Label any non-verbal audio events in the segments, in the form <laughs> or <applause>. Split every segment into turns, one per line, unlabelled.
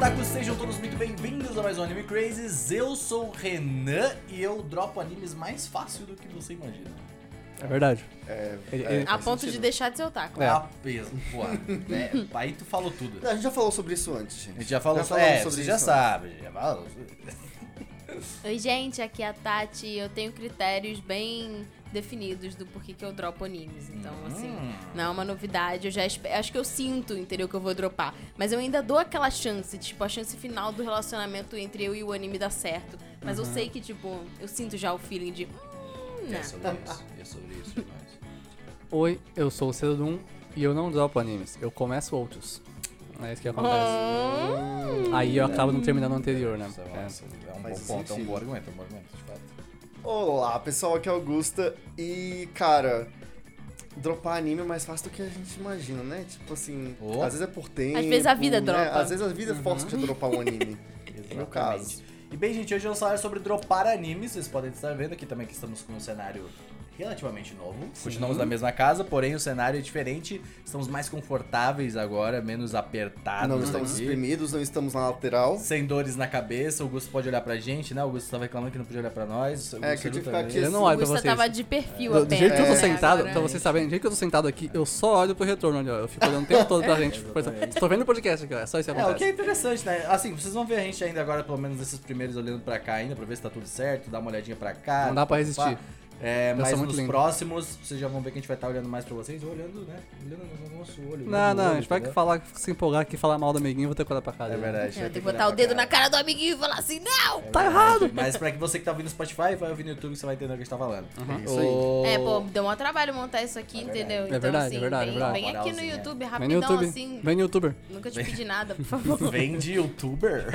amigos, sejam todos muito bem-vindos a mais um Anime Crazes. Eu sou o Renan e eu dropo animes mais fácil do que você imagina.
É verdade.
É,
Ele-
é,
ele-
faz
A ponto de
sentido.
deixar de ser otaku.
É.
Ah, peso, pô. né? Aí tu falou tudo.
Não, a gente já falou sobre isso antes, gente.
A gente já falou sobre,
falamos
é, você já
isso.
sabe. Já falou. sobre-
Oi, gente, aqui é a Tati. Eu tenho critérios bem definidos do porquê que eu dropo animes. Então, assim,
Hum.
não é uma novidade. Eu já espe- acho que eu sinto, entendeu, que eu vou dropar. Mas eu ainda dou aquela chance, tipo, a chance final do relacionamento entre eu e o anime dá certo. Mas
Uhum.
eu sei que, tipo, eu sinto já o feeling de. Hum,
É
né?
sobre isso. É sobre isso demais.
Oi, eu sou o Cedum e eu não dropo animes, eu começo outros. É isso que acontece.
Oh.
Aí eu acabo não terminando o anterior, né?
Nossa,
É.
nossa, É um
Faz
bom ponto, é um
sentido.
bom argumento, é um bom argumento, de fato.
Olá, pessoal, aqui é Augusta. E, cara, dropar anime é mais fácil do que a gente imagina, né? Tipo assim,
Oh.
às vezes é por tempo.
Às vezes a vida
né?
dropa.
Às vezes a
Uhum.
vida força você a dropar
<laughs>
um anime. meu caso.
E bem, gente, hoje vamos falar sobre dropar animes. Vocês podem estar vendo aqui também que estamos com um cenário relativamente novo. Continuamos na mesma casa, porém o cenário é diferente. Estamos mais confortáveis agora, menos apertados
não estamos
aqui.
exprimidos, não estamos na lateral.
Sem dores na cabeça, o Augusto pode olhar pra gente, né? O Augusto tava reclamando que não podia olhar pra nós. O
É,
Augusto
que eu tive que
também.
ficar aqui
Eu não
O
olho pra
Gusta
vocês.
tava de perfil
Do, do
apenas.
jeito que eu tô
né,
sentado,
agora.
pra vocês saberem, do jeito que eu tô sentado aqui, eu só olho pro retorno ali, ó. Eu fico olhando o tempo todo
<laughs>
pra gente. Tipo,
É, Exatamente.
tô vendo o podcast aqui, ó. É só isso que
É, o que é
acontece.
interessante, né? Assim, vocês vão ver a gente ainda agora, pelo menos esses primeiros olhando pra cá ainda, pra ver se tá tudo certo, dá uma olhadinha pra cá.
Não dá pra
pá.
resistir.
É,
Eu
mas
sou muito
nos
lindo.
próximos, vocês já vão ver que a gente vai estar olhando mais pra vocês, olhando, né? Olhando no nosso olho.
Não,
olhando no
não, a
olho,
gente vai
entendeu?
falar, se empolgar aqui, falar mal do amiguinho, eu vou ter que olhar pra casa.
É verdade.
tipo,
É,
vai
Tem que
olhar
botar o
pra
dedo na cara do amiguinho e falar assim, não!
É
Tá
verdade.
errado!
Mas pra que você que tá ouvindo no Spotify, vai ouvir no YouTube que você vai entender o que a gente tá falando.
É isso aí.
O-
É, pô, deu um trabalho montar isso aqui,
É verdade.
entendeu?
É verdade,
assim,
é verdade, é
vem,
verdade.
vem aqui no
Moralzinha.
YouTube,
Vem no
rapidão,
YouTube.
assim.
Vem no YouTuber.
Nunca te pedi
<laughs>
nada, por favor.
Vende youtuber?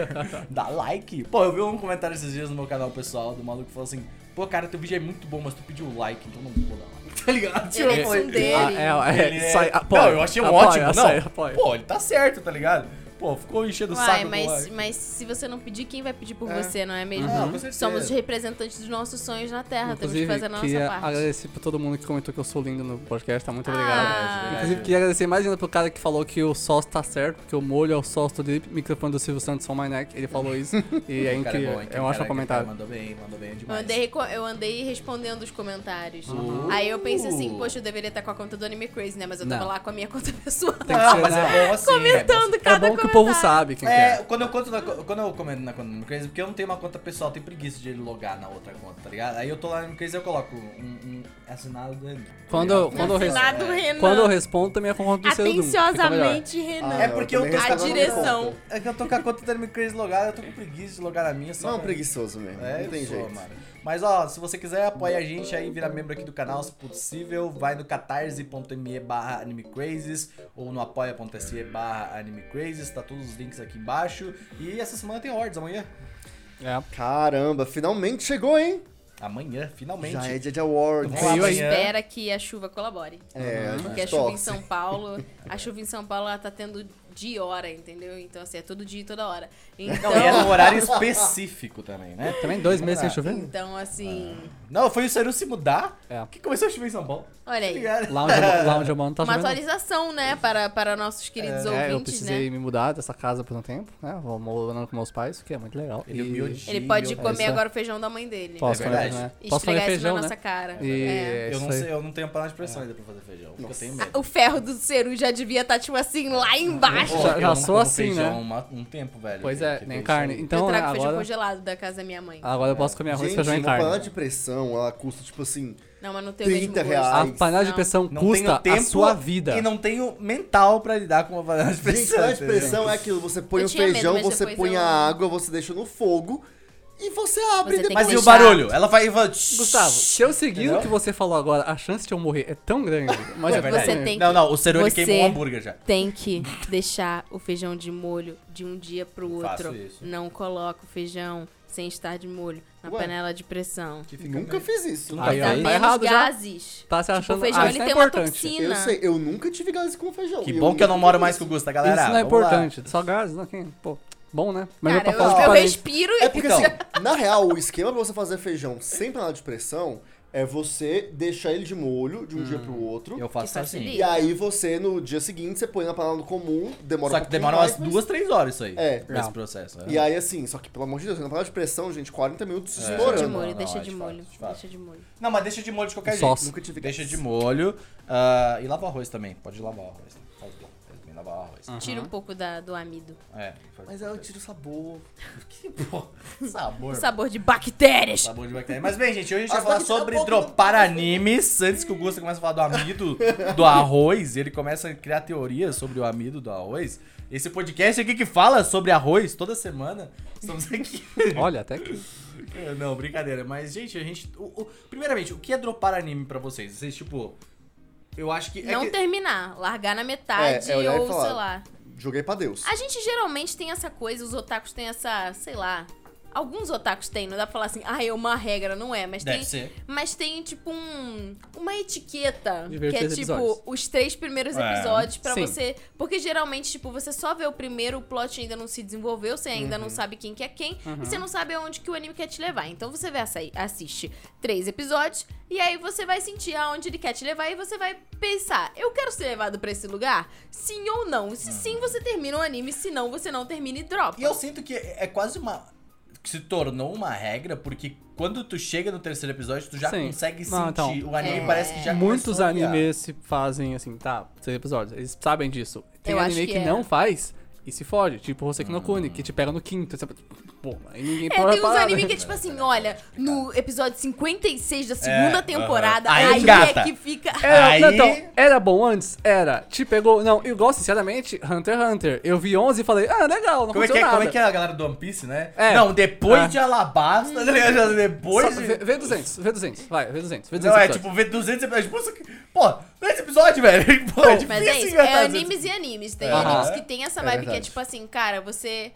Dá like. Pô, eu vi um comentário esses dias no meu canal pessoal do maluco que falou assim: Pô, cara, teu vídeo é muito bom, mas tu pediu like, então não vou dar like. Tá ligado? Tipo,
Ele é
falei,
um dele.
Ah, é, é,
Ele
isso aí,
é-
apoia,
não, eu achei um
apoia,
ótimo,
isso
não.
aí, apoia.
Pô, ele tá certo, tá ligado? Pô, ficou enchendo o saco.
Uai,
do
mas,
é.
like.
mas se você não pedir, quem vai pedir por
É.
você, não é mesmo?
Ah, com certeza.
Somos os representantes dos nossos sonhos na Terra,
Inclusive,
Ah, temos que fazer a nossa
queria
parte.
agradecer pra todo mundo que comentou que eu sou lindo no podcast, tá? Muito obrigado.
Verdade,
Ah,
verdade.
Inclusive, queria agradecer mais ainda pro cara que falou que o sócio tá certo, porque o molho é o sócio do drip, microfone do Silvio Santos, on my neck. Ele falou isso. E
<laughs>
é
O cara
incrível.
bom, hein?
É um
Caraca,
ótimo
o cara
comentário.
Mandou bem, mandou bem
eu,
demais.
andei, reco- eu andei respondendo os comentários.
Uhum.
Aí eu pensei assim, poxa, eu deveria estar com a conta do Anime Crazy, né? Mas eu tava
Uh. Não.
lá com a minha <laughs> conta pessoal.
Tem que
Ah,
ser,
mas
né?
é bom assim. É bom
Comentando
É
cada
bom que o povo
comentário.
sabe quem que
É,
é.
quando eu, conto na, co- quando eu comento na conta do Anime Crazy, porque eu não tenho uma conta pessoal, eu tenho preguiça de logar na outra conta, tá ligado? Aí eu tô lá no Anime Crazy e eu coloco um, um assinado do Renan. tá
Quando-
ligado?
quando eu res-
Assinado Renan.
Quando eu respondo, também é com o conta do Cedum.
Atenciosamente,
Ah,
Renan.
É porque eu
também
tô-
respondo
a
no
direção.
ponto.
É que eu tô com a conta do Anime Crazy logada, eu tô com preguiça de logar na minha. Só
Não, é um
pra-
preguiçoso mesmo.
É,
não tem
eu sou,
jeito.
mano. Mas ó, se você quiser apoia a gente aí, vira membro aqui do canal, se possível, vai no catarse.me barra animecrazes ou no apoia.se barra animecrazes, tá todos os links aqui embaixo. E essa semana tem ordens, amanhã.
É.
Caramba, finalmente chegou, hein?
Amanhã, finalmente.
Já é dia de awards.
Vamos lá
Veio Ah, aí.
amanhã.
Espera que a chuva colabore.
É, a
Porque a
gente
chuva em
torce.
São Paulo, a chuva em São Paulo ela tá tendo de hora, entendeu? Então assim, é todo dia e toda hora. Então,
Não, e é num horário específico também, né?
Também dois meses sem
Vamos
chover?
então assim,
Não, foi o Seru se mudar
É.
que começou a chover em São Paulo.
Ah.
olha aí.
Obrigado.
Lá onde eu, lá onde eu moro não tá
Uma
chovendo.
atualização, né, para, para nossos queridos
É, eu
ouvintes,
precisei
né?
me mudar dessa casa por um tempo, né? Vou morando com meus pais, o que é muito legal.
Ele é
E-
humilde.
Ele pode
É
comer
isso.
agora o feijão da mãe dele.
Posso
É
comer,
verdade.
né?
E
Posso comer
Esfregar isso
feijão,
na
né?
nossa cara.
E
É. Ah,
é
Eu
isso
não,
aí. É.
sei, eu não tenho panela de pressão ainda pra fazer feijão, porque eu tenho medo.
O ferro do Ceru já devia estar, tipo assim, lá embaixo.
Já-
eu
já
não
sou
como
assim, né?
feijão há um tempo, velho.
Pois
que-
é,
que
nem
deixa-
carne.
eu
Então, né,
trago feijão
agora, Ah.
congelado da casa da minha mãe.
agora eu posso
É
comer arroz,
Gente,
feijão e
uma panela
carne.
de pressão, ela custa tipo assim.
Não, mas não tem o mesmo
30
gosto.
reais.
A
Ai,
panela de
não.
pressão
Não
custa
tenho
a
tempo
sua vida.
E não tenho mental pra lidar com uma panela de pressão.
Gente, panela de
entendeu?
pressão é aquilo: você põe
Eu
o
tinha medo,
feijão,
mas
você
depois
põe
eu-
a água, você deixa no fogo e você abre
Você tem que
depois.
Mas e o
deixar.
barulho? Ela vai e vai...
Gustavo, se eu seguir
Entendeu?
o que você falou agora, a chance de eu morrer é tão grande. Mas
É
eu
verdade.
Você tem
Não,
que-
não, o Seru ele
você-
queimou um hambúrguer já.
Tem que deixar o feijão de molho de um dia pro
Faço
outro.
isso.
Não coloca o feijão sem estar de molho na
Ué.
panela de pressão.
Que fica
Nunca
meio-
fiz isso.
Aí,
tá
ó,
menos
tá errado já.
gases.
Tá se achando
o Tipo, feijão
ah,
ele
isso não é
tem uma
importante.
toxina.
Eu sei, eu nunca tive gases com feijão.
Que
e
bom que eu não
nunca
moro
fiz
mais
isso.
com o Gusta, galera.
isso não é
Vamos lá.
importante. Só gases, não, quem? Pô, bom, né? Melhor pra
Cara,
falar
eu,
de
eu
parente.
respiro
É
e assim,
porque
Então.
assim, na real, o esquema pra você fazer feijão sem panela de pressão É você deixar ele de molho de um dia pro outro.
Eu faço
Que
assim.
facilita.
E aí você, no dia seguinte, você põe na panela no comum, demora
Só
um
que
pouquinho
demora
mais,
umas
mas-
duas, três horas isso aí.
É.
Esse
Não.
processo. né?
E aí, assim, só que pelo amor de Deus, na panela de pressão, gente, 40 minutos
É.
Deixa de
Não,
estourando.
molho,
não,
deixa
é
de
de
molho.
fato, de fato.
Deixa de molho.
Não, mas deixa de molho de qualquer
Sócio.
jeito.
Nunca tive
Deixa de molho. ah, e lava o arroz também. Pode lavar o arroz. Faz bem. Faz bem lavar o arroz.
Tira um pouco da- do amido.
É. faz-
Mas aí eu tiro o sabor.
<laughs> Que porra. Sabor.
O sabor de bactérias.
Sabor de bactéria. tá Mas bem, gente, hoje a gente
As
vai falar
bactérias
sobre
voltam no-
dropar animes. Antes que o Gusta comece a falar do amido do arroz, ele começa a criar teorias sobre o amido do arroz. Esse podcast aqui que fala sobre arroz toda semana. Estamos aqui. <laughs>
Olha, até que.
É, Não, brincadeira. Mas, gente, a gente. o- o- primeiramente, o que é dropar anime pra vocês? Vocês, tipo. Eu acho que. é
Não
que-
terminar, largar na metade
É, é olhar e
ou
falar.
sei lá.
Joguei pra Deus.
A gente geralmente tem essa coisa, os otakus têm essa, sei lá. Alguns otakus têm, não dá pra falar assim, ah, é uma regra, não é, mas
Deve
tem.
ser.
Mas tem, tipo, um, uma etiqueta
De ver os
que é,
três
tipo,
episódios.
os três primeiros
É,
episódios pra
sim.
você. Porque geralmente, tipo, você só vê o primeiro, o plot ainda não se desenvolveu, você ainda não sabe quem que é quem, e você não sabe aonde que o anime quer te levar. Então você vê, essa- assiste três episódios, e aí você vai sentir aonde ele quer te levar, e você vai pensar: eu quero ser levado pra esse lugar? Sim ou não? Se sim, você termina o anime, se não, você não termina e dropa.
E eu sinto que é quase uma. que se tornou uma regra, porque quando tu chega no terceiro episódio, tu já
Sim.
consegue sentir.
Não, então,
o anime
é.
parece que já
Muitos
começou a guiar.
animes se fazem assim, tá, seis episódios. Eles sabem disso. Tem
Eu acho
anime
que
que,
é.
não faz e se fode. Tipo você que no Kune, que te pega no quinto. Você... Pô, aí ninguém né?
É,
para
tem uns
parada.
anime que é tipo assim, olha, no episódio 56 da segunda
É,
temporada,
aham. Aí
aí,
engata.
é que fica.
Era,
Aí-
não, então, era bom antes? Era. Te pegou. Não, igual, sinceramente, Hunter x Hunter. Eu vi 11 e falei, ah, legal, não
Como é, que
aconteceu
é,
nada.
como é que é a galera do One Piece, né?
É.
Não, depois
Ah.
de Alabasta, tá ligado? Depois
Só-
de.
vê, vê 200, vê 200, vai, vê 200, vê 200
Não, é
episódios.
tipo, ver 200 episódios. Pô, isso aqui- pô, 200 episódios, velho. <laughs> Pô, é difícil
Mas é isso,
engatar
é
200.
animes e animes. Tem
É.
animes
Aham.
que tem essa
É
vibe que é
verdade.
tipo assim, cara, você.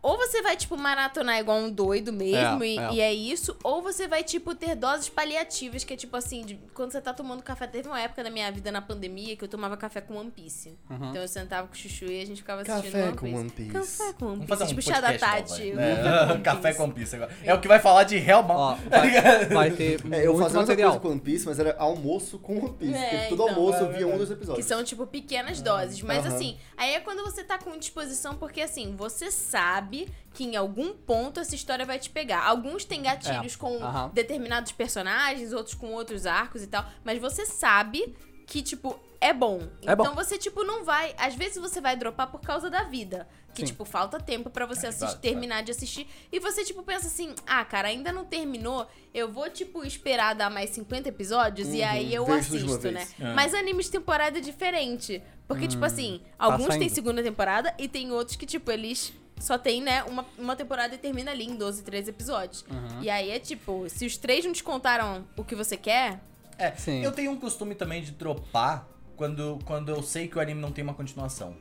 Ou você vai, tipo, maratonar igual um doido mesmo,
É,
e,
é.
e é isso, ou você vai, tipo, ter doses paliativas, que é tipo assim, de- quando você tá tomando café. Teve uma época da minha vida na pandemia que eu tomava café com One Piece.
Uhum.
Então eu sentava com o Chuchu e a gente ficava assistindo
Café
One
com
Piece.
One Piece.
Café com One
Vamos
Piece.
fazer um
Tipo, chá da
podcast novo,
Tati.
velho.
<laughs>
É,
One
Café
Piece.
com Piece agora. É o que vai falar de Hellbound.
Ó,
tá
vai,
ligado?
vai
<laughs>
ter
É, eu
muito
fazia outra
material.
coisa com One Piece, mas era almoço com One Piece.
É,
porque todo
então.
almoço
É,
eu via
é,
um
é.
dos episódios.
Que são, tipo, pequenas doses. Mas,
Aham.
assim, aí é quando você tá com disposição, porque, assim, você sabe que em algum ponto essa história vai te pegar. Alguns têm gatilhos
É.
com
Aham.
determinados personagens, outros com outros arcos e tal. Mas você sabe que, tipo, é bom.
É bom.
então você, tipo, não vai. Às vezes você vai dropar por causa da vida. Que,
Sim.
tipo, falta tempo pra você
É,
assistir-
exato,
terminar de assistir. E você, tipo, pensa assim: ah, cara, ainda não terminou. Eu vou, tipo, esperar dar mais 50 episódios e
Uhum,
aí eu
vejo de uma
assisto,
vez.
né?
É. Hum,
Mas anime de temporada é diferente. Porque, tipo assim,
tá
alguns têm
saindo.
segunda temporada e tem outros que, tipo, eles só tem, né, uma, uma temporada e termina ali em 12, 13 episódios.
Uhum.
E aí é tipo, se os três não te contaram o que você quer,
É,
Sim.
eu tenho um costume também de dropar quando, quando eu sei que o anime não tem uma continuação.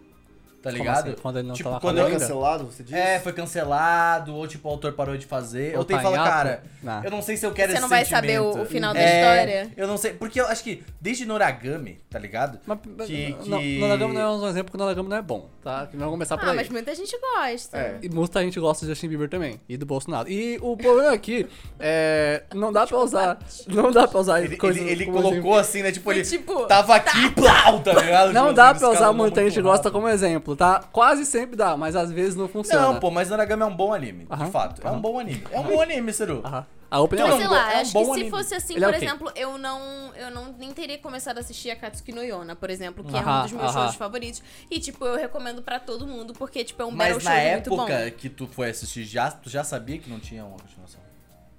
Tá
Como
ligado?
assim? Quando ele não
tipo,
tá lá
quando
Quando é
falando
eu,
ainda?
cancelado, você diz?
É, foi cancelado, ou tipo, o autor parou de fazer.
Ou
eu tenho
tá
que falar,
em ato?
cara,
Não.
eu não sei se eu quero
Você
esse
não vai saber o-
sentimento. É,
o final da história?
Eu não sei, porque eu acho que desde Noragami, tá ligado?
Mas, mas,
Que-
não,
que-
Noragami não é um exemplo porque Noragami não é bom, tá? Que Vamos começar por
ah,
aí.
mas muita gente gosta.
É.
E muita gente gosta de Justin Bieber também. E do Bolsonaro. E o problema aqui é. Não dá pra usar. Não dá pra usar
Ele,
coisas
ele- ele
como exemplo.
colocou assim, né? Tipo,
Foi
ele
tipo,
tava aqui, plau, tá ligado?
Não
Tipo,
dá
assim,
pra usar
escalou
muita
muito
gente gosta
rápido.
como exemplo, tá? Quase sempre dá, mas às vezes não funciona.
Não, pô, mas Noragami é um bom anime, de
Aham,
fato. É um
aham.
bom anime. É um bom anime, Seru.
Aham. A opinião
Mas
Então,
é
sei
um
lá,
bo- é um
acho
bom
que
anime.
se fosse assim,
Ele é
por
ok.
exemplo, eu não eu não nem teria começado a assistir a Katsuki no Yona, por exemplo, que é um
Aham,
dos meus
aham.
shows favoritos. E, tipo, eu recomendo pra todo mundo, porque, tipo, é um
Mas
battle show
na
muito bom.
época que tu foi assistir, já, tu já sabia que não tinha uma continuação?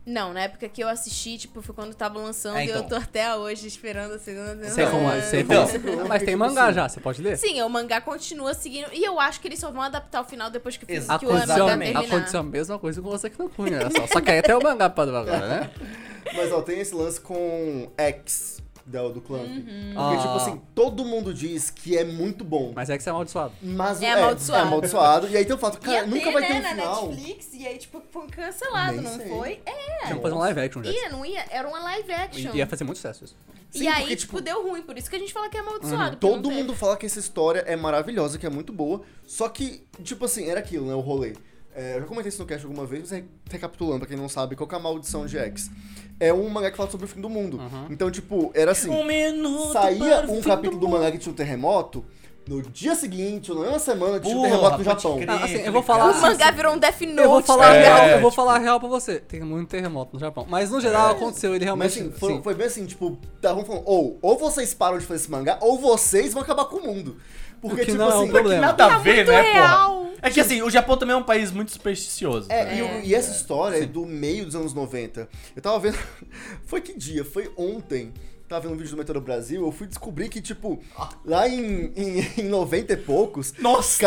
Não, na época que eu assisti, tipo, foi quando tava lançando
É,
e
então.
eu tô até hoje esperando a segunda temporada.
Sei como é, sei como
Então.
é. Mas tem mangá já, você pode ler?
Sim, o mangá continua seguindo. E eu acho que eles só vão adaptar o final depois que,
Ex-
que o mangá
Aconteceu,
Exatamente.
terminar.
aconteceu a mesma coisa com você que não punha, olha só. Só que aí até o mangá parou agora, né?
Mas ó, tem esse lance com X do, do Clamp.
Uhum.
Porque,
Ah.
tipo assim, todo mundo diz que é muito bom. Mas,
Mas é que você é amaldiçoado.
o-
É
é,
amaldiçoado.
é amaldiçoado. E aí tem o fato,
Ia
cara, nunca
ter,
vai
né,
ter um
na
final.
Netflix, e aí, tipo, foi cancelado,
Nem
não
sei.
foi? É,
Tinha
Tipo,
que fazer um live action, já.
ia, não ia? Era uma live action.
E ia fazer muito sucesso isso.
E
Sim,
aí,
porque,
tipo,
tipo,
deu ruim, por isso que a gente fala que é amaldiçoado. porque não
Uhum. Todo
teve.
mundo fala que essa história é maravilhosa, que é muito boa. Só que, tipo assim, era aquilo, né? O rolê. É, eu já comentei isso no cast alguma vez, mas re- recapitulando, pra quem não sabe, qual que é a maldição de X? É um mangá que fala sobre o fim do mundo.
Uhum.
Então, tipo, era
Um
assim.
Um
minuto.
saía um capítulo do mangá que tinha um terremoto, no dia seguinte, ou na mesma semana, tinha um
Porra,
terremoto
pode
no Japão.
crer. tá
Ah, assim, eu
Ih,
vou falar.
falei,
O
cara.
assim,
mangá virou um Death Note.
eu vou falar a
tá
É,
real,
ligado?
eu vou
tipo-
falar a real pra você. Tem muito terremoto no Japão. Mas no geral aconteceu, ele
Mas
realmente.
assim, foi,
É. sim.
foi bem assim, tipo, estavam falando, ou, ou vocês param de fazer esse mangá, ou vocês vão acabar com o mundo. Porque,
O que
tipo
não é um
assim,
problema.
Nada a ver,
muito
né,
real.
porra? É que assim, o Japão também é um país muito supersticioso. tá
É,
ligado?
e, o- e essa história é do meio dos anos 90. Eu tava vendo. <laughs> Foi que dia? Foi ontem. Tava vendo um vídeo do Meteoro Brasil, eu fui descobrir que, tipo, lá em, em, <laughs> em 90 e poucos.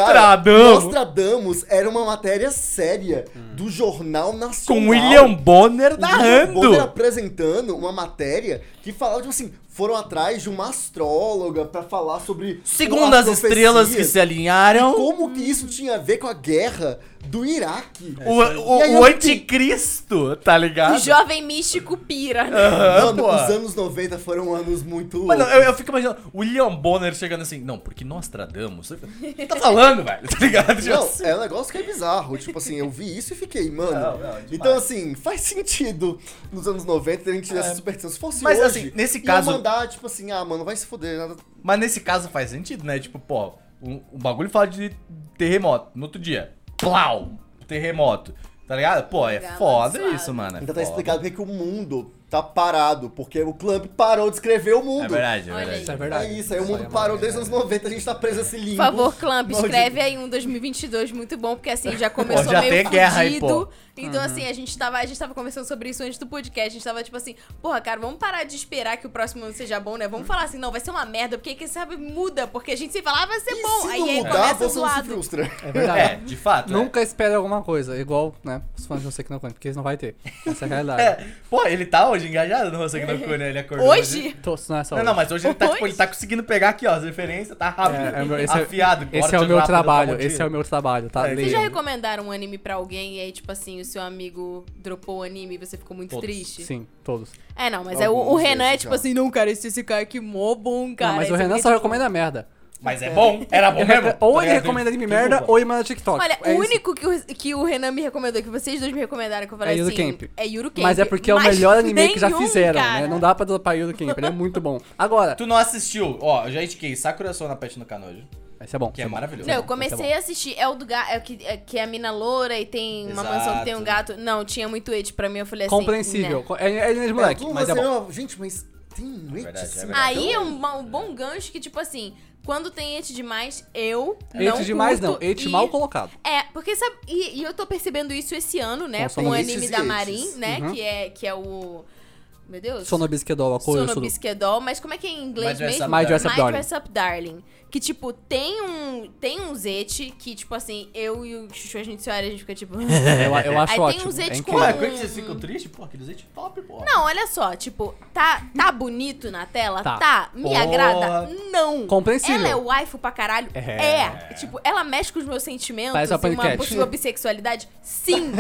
Nostradamus.
Nostradamus era uma matéria séria do Jornal Nacional.
Com William Bonner
O é um William Bonner é
narrando.
apresentando uma matéria que falava, tipo assim, foram atrás de uma astróloga pra falar sobre.
Segundo as
profecias,
estrelas que se alinharam,
Como que isso tinha a ver com a guerra do Iraque?
o, o-
E é aí
o
eu fiquei,
anticristo, tá ligado?
O jovem místico pira, né?
Aham,
Mano,
pô.
os anos 90 foram anos muito.
Mas não, eu, eu fico imaginando, o William Bonner chegando assim, não, porque Nostradamus. Ele tá falando, velho, tá ligado? Tipo
Não,
assim.
é um negócio que é
<laughs>
bizarro. Tipo assim, eu vi isso e fiquei, mano.
Não, não, demais.
então, assim, faz sentido nos anos 90 terem tido essa superstição. Se fosse
É. Mas,
hoje,
assim, nesse
iam
caso- É
mandar, tipo assim, ah, mano, vai se foder. Nada...
Mas nesse caso faz sentido, né? Tipo, pô, o, o bagulho fala de terremoto. No outro dia, plau, terremoto. Tá ligado? Pô, é
Lugar
foda
amaldiçoado.
isso, mano. é
Então tá
foda.
explicado porque que o mundo tá parado. Porque o Clamp parou de escrever o mundo.
É verdade, é
Olha
verdade.
Isso é verdade.
É isso, aí o mundo
é uma
parou desde
verdade.
os anos 90, a gente tá preso nesse limbo.
Por favor, Clamp,
Maldito.
escreve aí um 2022 muito bom, porque assim, já começou
já
meio
tem guerra aí,
fudido.
pô.
Então assim, a gente, tava, a gente tava conversando sobre isso antes do podcast, a gente tava tipo assim, porra, cara, vamos parar de esperar que o próximo ano seja bom, né? Vamos falar assim, não, vai ser uma merda, porque quem sabe muda, porque a gente sempre fala, ah, vai ser
E
bom,
se
aí,
não
aí
mudar,
começa
você não se
zoado.
frustra.
É
É,
verdade.
de fato. é.
Nunca espere alguma coisa, igual, né? Os fãs de Você Que Não Conhece, porque eles não vai ter. Essa é a realidade.
É, Pô, ele tá hoje engajado no Rosek
<laughs>
no Cunha, ele acordou.
Hoje?
Tô- não é só
Não, não,
hoje.
mas hoje ele tá, tipo,
Hoje?
ele tá conseguindo pegar aqui, ó, as referências, tá rápido,
É, é o meu- esse é-
afiado. tá
Esse é o meu trabalho, esse é o meu trabalho, tá?
É,
Vocês já
Leia.
recomendaram um anime pra alguém e aí, tipo assim, o seu amigo dropou o anime e você ficou muito
Todos.
triste?
Sim, todos.
É, não, mas é o, o
Alguns
Renan é
desses,
tipo
já.
assim, não, cara, esse, esse cara que mó bom, cara.
não, mas o
esse
Renan
aqui,
só
tipo,
recomenda merda.
Mas é bom, era bom mesmo.
Ou
tá
ele
ligado?
recomenda anime
Desculpa.
merda, ou ele manda TikTok.
Olha,
É
o
isso.
único que o, que o Renan me recomendou, que vocês dois me recomendaram, que eu falei
É Yuru
assim,
Camp.
é Yuru Camp.
Mas é porque é o
Mas
melhor anime que já
nenhum,
fizeram,
cara.
né? Não dá pra dropar Yuru Camp, ele é muito bom. Agora,
Tu não assistiu, ó, eu já indiquei Sakura Sona Pet no Canojo,
esse é bom.
que é maravilhoso.
Não, eu
Tá
comecei
bom.
a assistir. É o do gato. É o que, é, que é a mina loura e tem uma mansão que tem um
Exato.
gato. Não, tinha muito it pra mim. Eu falei assim.
Compreensível.
né?
É, é, é de moleque,
Então,
mas é
você,
bom.
ó, Gente, mas tem assim?
É verdade, é
leite
verdade.
Aí é um, um bom gancho que, tipo assim, quando tem it demais, eu.
Ete
não
demais
curto
não, ete
e-
mal colocado.
É, porque sabe. E, e eu tô percebendo isso esse ano, né?
Nós
Com o
somos
anime
ites e
da
ites.
Marin, né?
Uhum.
Que, é, que é o. Meu Deus.
Sonobisquedol, acolho,
Sono
suru.
Bisquedol, mas como é que é em inglês
My Dress
mesmo?
Up My
Dress Up Darling.
Dress Up Darling. Que, tipo, tem um, tem um zete que, tipo assim, eu e o Chuchu, a gente se olha e a gente
<laughs>
fica tipo...
Eu, eu acho
Aí tem
ótimo.
uns
é
ete
Pô,
incrível.
é
com-
coisa que vocês ficam tristes? Pô, aqueles gente top, pô.
Não, olha só, tipo, tá, tá bonito na tela?
Tá.
Tá. Me
Porra.
agrada? Não.
Compreensível.
Ela é waifu pra caralho? É. Tipo, ela mexe com os meus sentimentos
Parece uma
e uma
paniquete.
possível bissexualidade?
<laughs>
Sim.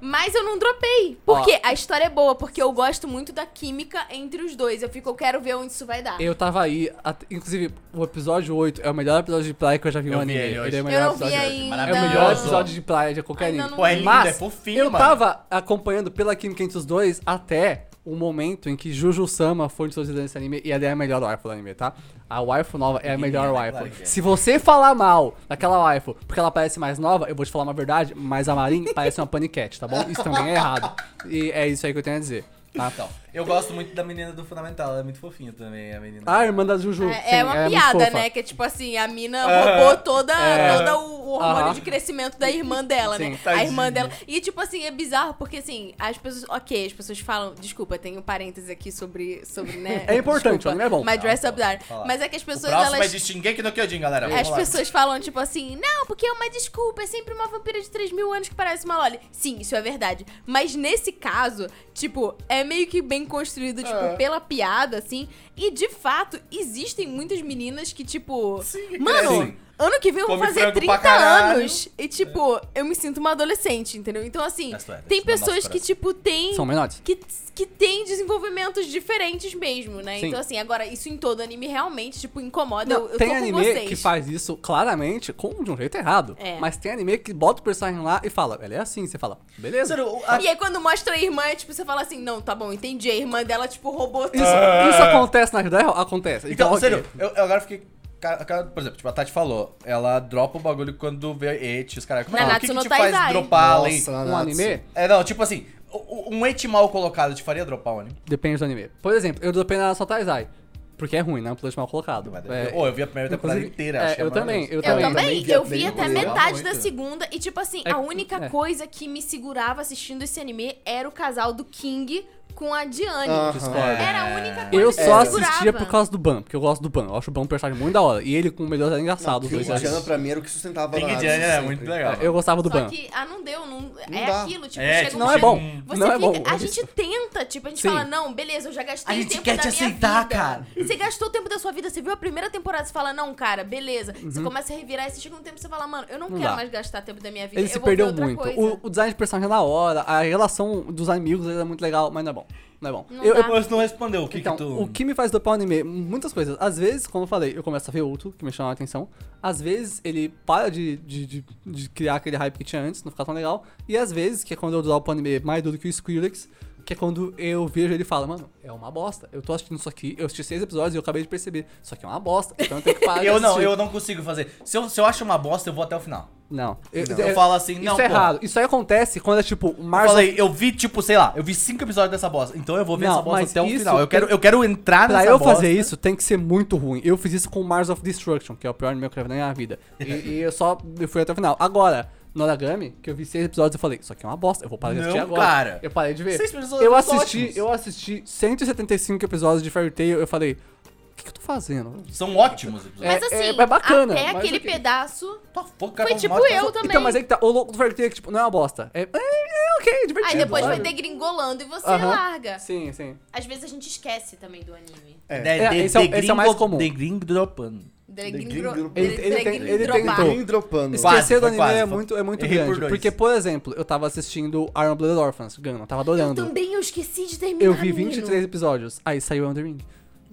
Mas eu não dropei. Porque a história é boa, porque eu gosto muito da química entre os dois. Eu fico, eu quero ver onde isso vai dar.
Eu tava aí, at- inclusive, o episódio 8 é o melhor episódio de praia que eu já vi
Eu
no
vi
anime.
ele hoje.
é o
Eu
melhor
não vi
episódio hoje.
ainda.
É o melhor
Maravilhoso.
episódio de praia de qualquer
Ainda
anime.
não
Pô, é
vi.
lindo,
Mas
é fofinho,
eu
mano.
tava acompanhando pela química entre os dois até o momento em que Juju Sama foi um introduzida nesse anime e ela é a melhor waifu do anime, tá? A waifu nova é a melhor
claro
waifu.
que é.
Se você falar mal daquela waifu porque ela parece mais nova, eu vou te falar uma verdade, mas a Marin
<laughs>
parece uma paniquete, tá bom? Isso também é errado. E é isso aí que eu tenho a dizer. Tá?
Então, eu gosto muito da menina do Fundamental, ela é muito fofinha também, a menina.
A irmã da Juju.
É,
sim,
é uma
ela muito
piada,
fofa.
né? Que é tipo assim, a mina
É.
roubou toda,
É.
toda o o hormônio
Aham.
de crescimento da irmã dela,
<laughs> Sim,
né?
tadinha.
A irmã dela. E tipo assim, é bizarro, porque assim, as pessoas. Ok, as pessoas falam. Desculpa, tem um parêntese aqui sobre, sobre né?
<laughs> É importante,
desculpa,
o anime é bom.
My Dress Up Darling.
fala.
Mas é que as
o
pessoas,
próximo é
elas.
de Shingeki no Kyojin, galera.
As
Tá, vamos lá.
pessoas falam, tipo assim, não, porque é uma desculpa, é sempre uma vampira de 3 mil anos que parece uma Loli. Sim, isso é verdade. Mas nesse caso, tipo, é meio que bem construído, tipo,
É.
pela piada, assim. E de fato, existem muitas meninas que, tipo.
Sim, é assim.
mano,
crescem.
Ano que vem eu vou
Come
fazer
frango pra
30
caralho.
anos. E, tipo, eu me sinto uma adolescente, entendeu? Então, assim,
Mas tu é,
tem
isso dá um
pessoas
nosso
que,
coração.
tipo, tem.
São menores.
Que, que tem desenvolvimentos diferentes mesmo, né?
Sim.
Então, assim, agora, isso em todo anime realmente, tipo, incomoda. eu, eu
tem
tô
anime
com vocês.
que faz isso claramente com, de um jeito errado.
É.
Mas tem anime que bota o personagem lá e fala, ela é assim, você fala, beleza.
Sério, a-
E aí, quando mostra a irmã, é, tipo, você fala assim, não, tá bom, entendi. A irmã dela, tipo, roubou
Isso,
Ah.
isso acontece na vida real? Acontece.
Então,
ok.
sério, eu, eu agora fiquei. ca- ca- Por exemplo, tipo, a Tati falou, ela dropa o bagulho quando vê et, os caras. Como é que- o que, que
Nanatsu no
te faz
Taizai.
dropar além?
Um anime,
É, não, tipo assim, o- o- um et mal colocado te faria dropar um o anime?
depende do anime. Por exemplo, eu dropei na Só Taizai. Porque é ruim, né? Um plot mal colocado. É,
Ou eu vi a primeira temporada
inclusive,
inteira,
é,
achei
eu também,
maravilhoso.
eu
Eu
também.
também,
vi a
eu vi
primeira
até
temporada.
metade da
Muito.
segunda e tipo assim,
É,
a única
é.
coisa que me segurava assistindo esse anime era o casal do King com a Diane.
assim.
Aham.
Era a única coisa
É. Eu
que
só
me segurava.
assistia por causa do Ban, porque eu gosto do Ban. Eu acho o Ban um personagem muito da hora. E ele com o melhor é engraçado, os dois. eu acho.
Indiana pra mim era o que sustentava
Big
a análise
Jane é
sempre.
muito legal.
um Eu gostava do
Só
Ban.
que, ah, não deu, não, é
dá.
aquilo, tipo,
É,
chega
tipo,
um
Não é
chega-
bom.
Você
não é
fica,
bom.
a
é isso.
gente tenta, tipo, a gente
Sim.
fala, não, beleza, eu já gastei
A gente
tempo
quer
da
te
minha
aceitar,
vida.
cara.
Você gastou o tempo da sua vida, você viu a primeira temporada, você fala, não, cara, beleza. Você começa a revirar e você chega um tempo e você fala, mano, eu não,
Uhum. Não
quero
dá.
mais gastar tempo da minha vida,
Ele
eu
se
vou ver
perdeu
outra
muito.
coisa.
O, o design de personagem é da hora, a relação dos amigos é muito legal, mas não é bom. Não é bom.
Não
eu,
dá.
eu-
Mas não respondeu, o que
então,
que tu...
o que me faz dopar o anime? Muitas coisas. Às vezes, como eu falei, eu começo a ver outro, que me chama a atenção. Às vezes, ele para de, de, de- de criar aquele hype que tinha antes, não ficar tão legal. E às vezes, que é quando eu dropo o anime mais duro que o Skrillex, que é quando eu vejo ele e falo, mano, é uma bosta. Eu tô assistindo isso aqui, eu assisti seis episódios e eu acabei de perceber. Isso aqui é uma bosta, então eu tenho que parar
<laughs>
de
Eu não,
assistir."
eu não consigo fazer. Se eu, se eu acho uma bosta, eu vou até o final.
Não. Eu,
Eu falo assim, não,
Isso é
pô.
errado. Isso aí acontece quando é tipo,
Eu
Mars of
falei, eu vi, tipo, sei lá, eu vi cinco episódios dessa bosta, então eu vou ver
Não,
essa bosta
mas
até o
isso
final. Eu
tem-
quero, eu quero entrar
Pra
nessa
eu
bosta.
fazer isso, tem que ser muito ruim. Eu fiz isso com Mars of Destruction, que é o pior anime que eu já vi na minha vida. E, e eu só eu fui até o final. Agora, no Origami, que eu vi seis episódios, eu falei, isso aqui é uma bosta, eu vou parar de
Não,
assistir agora.
cara.
Eu parei de ver.
Seis episódios é
eu
são
assisti,
ótimos.
eu assisti 175 episódios de Fairy Tail, eu falei, o que, que eu tô fazendo?
São ótimos os episódios.
Mas
É-
assim,
é- é bacana,
até
mas
aquele
ok.
pedaço.
Tá
Tua foca,
Foi
como
tipo
mata-
eu também.
Então, mas aí que tá, o louco do Fairy Tail é que, tipo, não é uma bosta. É, é, é ok, divertido.
Aí depois vai
sabe?
degringolando e você
Aham.
larga.
Sim, sim.
Às vezes a gente esquece também do anime.
É,
É, esse é o- esse é o mais
gringo-
comum.
de gringo dropando.
Degringro...
Degringro-
Ele- ele tem- ele tem-
degringropar.
Então,
Bem dropando.
Quase,
Esquecer do
foi
anime
quase,
é
foi-
muito, é muito
errei por
grande.
dois.
porque, por exemplo, eu tava assistindo Iron Blooded Orphans, Gun, tava
Eu
adorando.
também, eu esqueci de terminar.
Eu vi
menino.
23 episódios, aí saiu Elden Ring.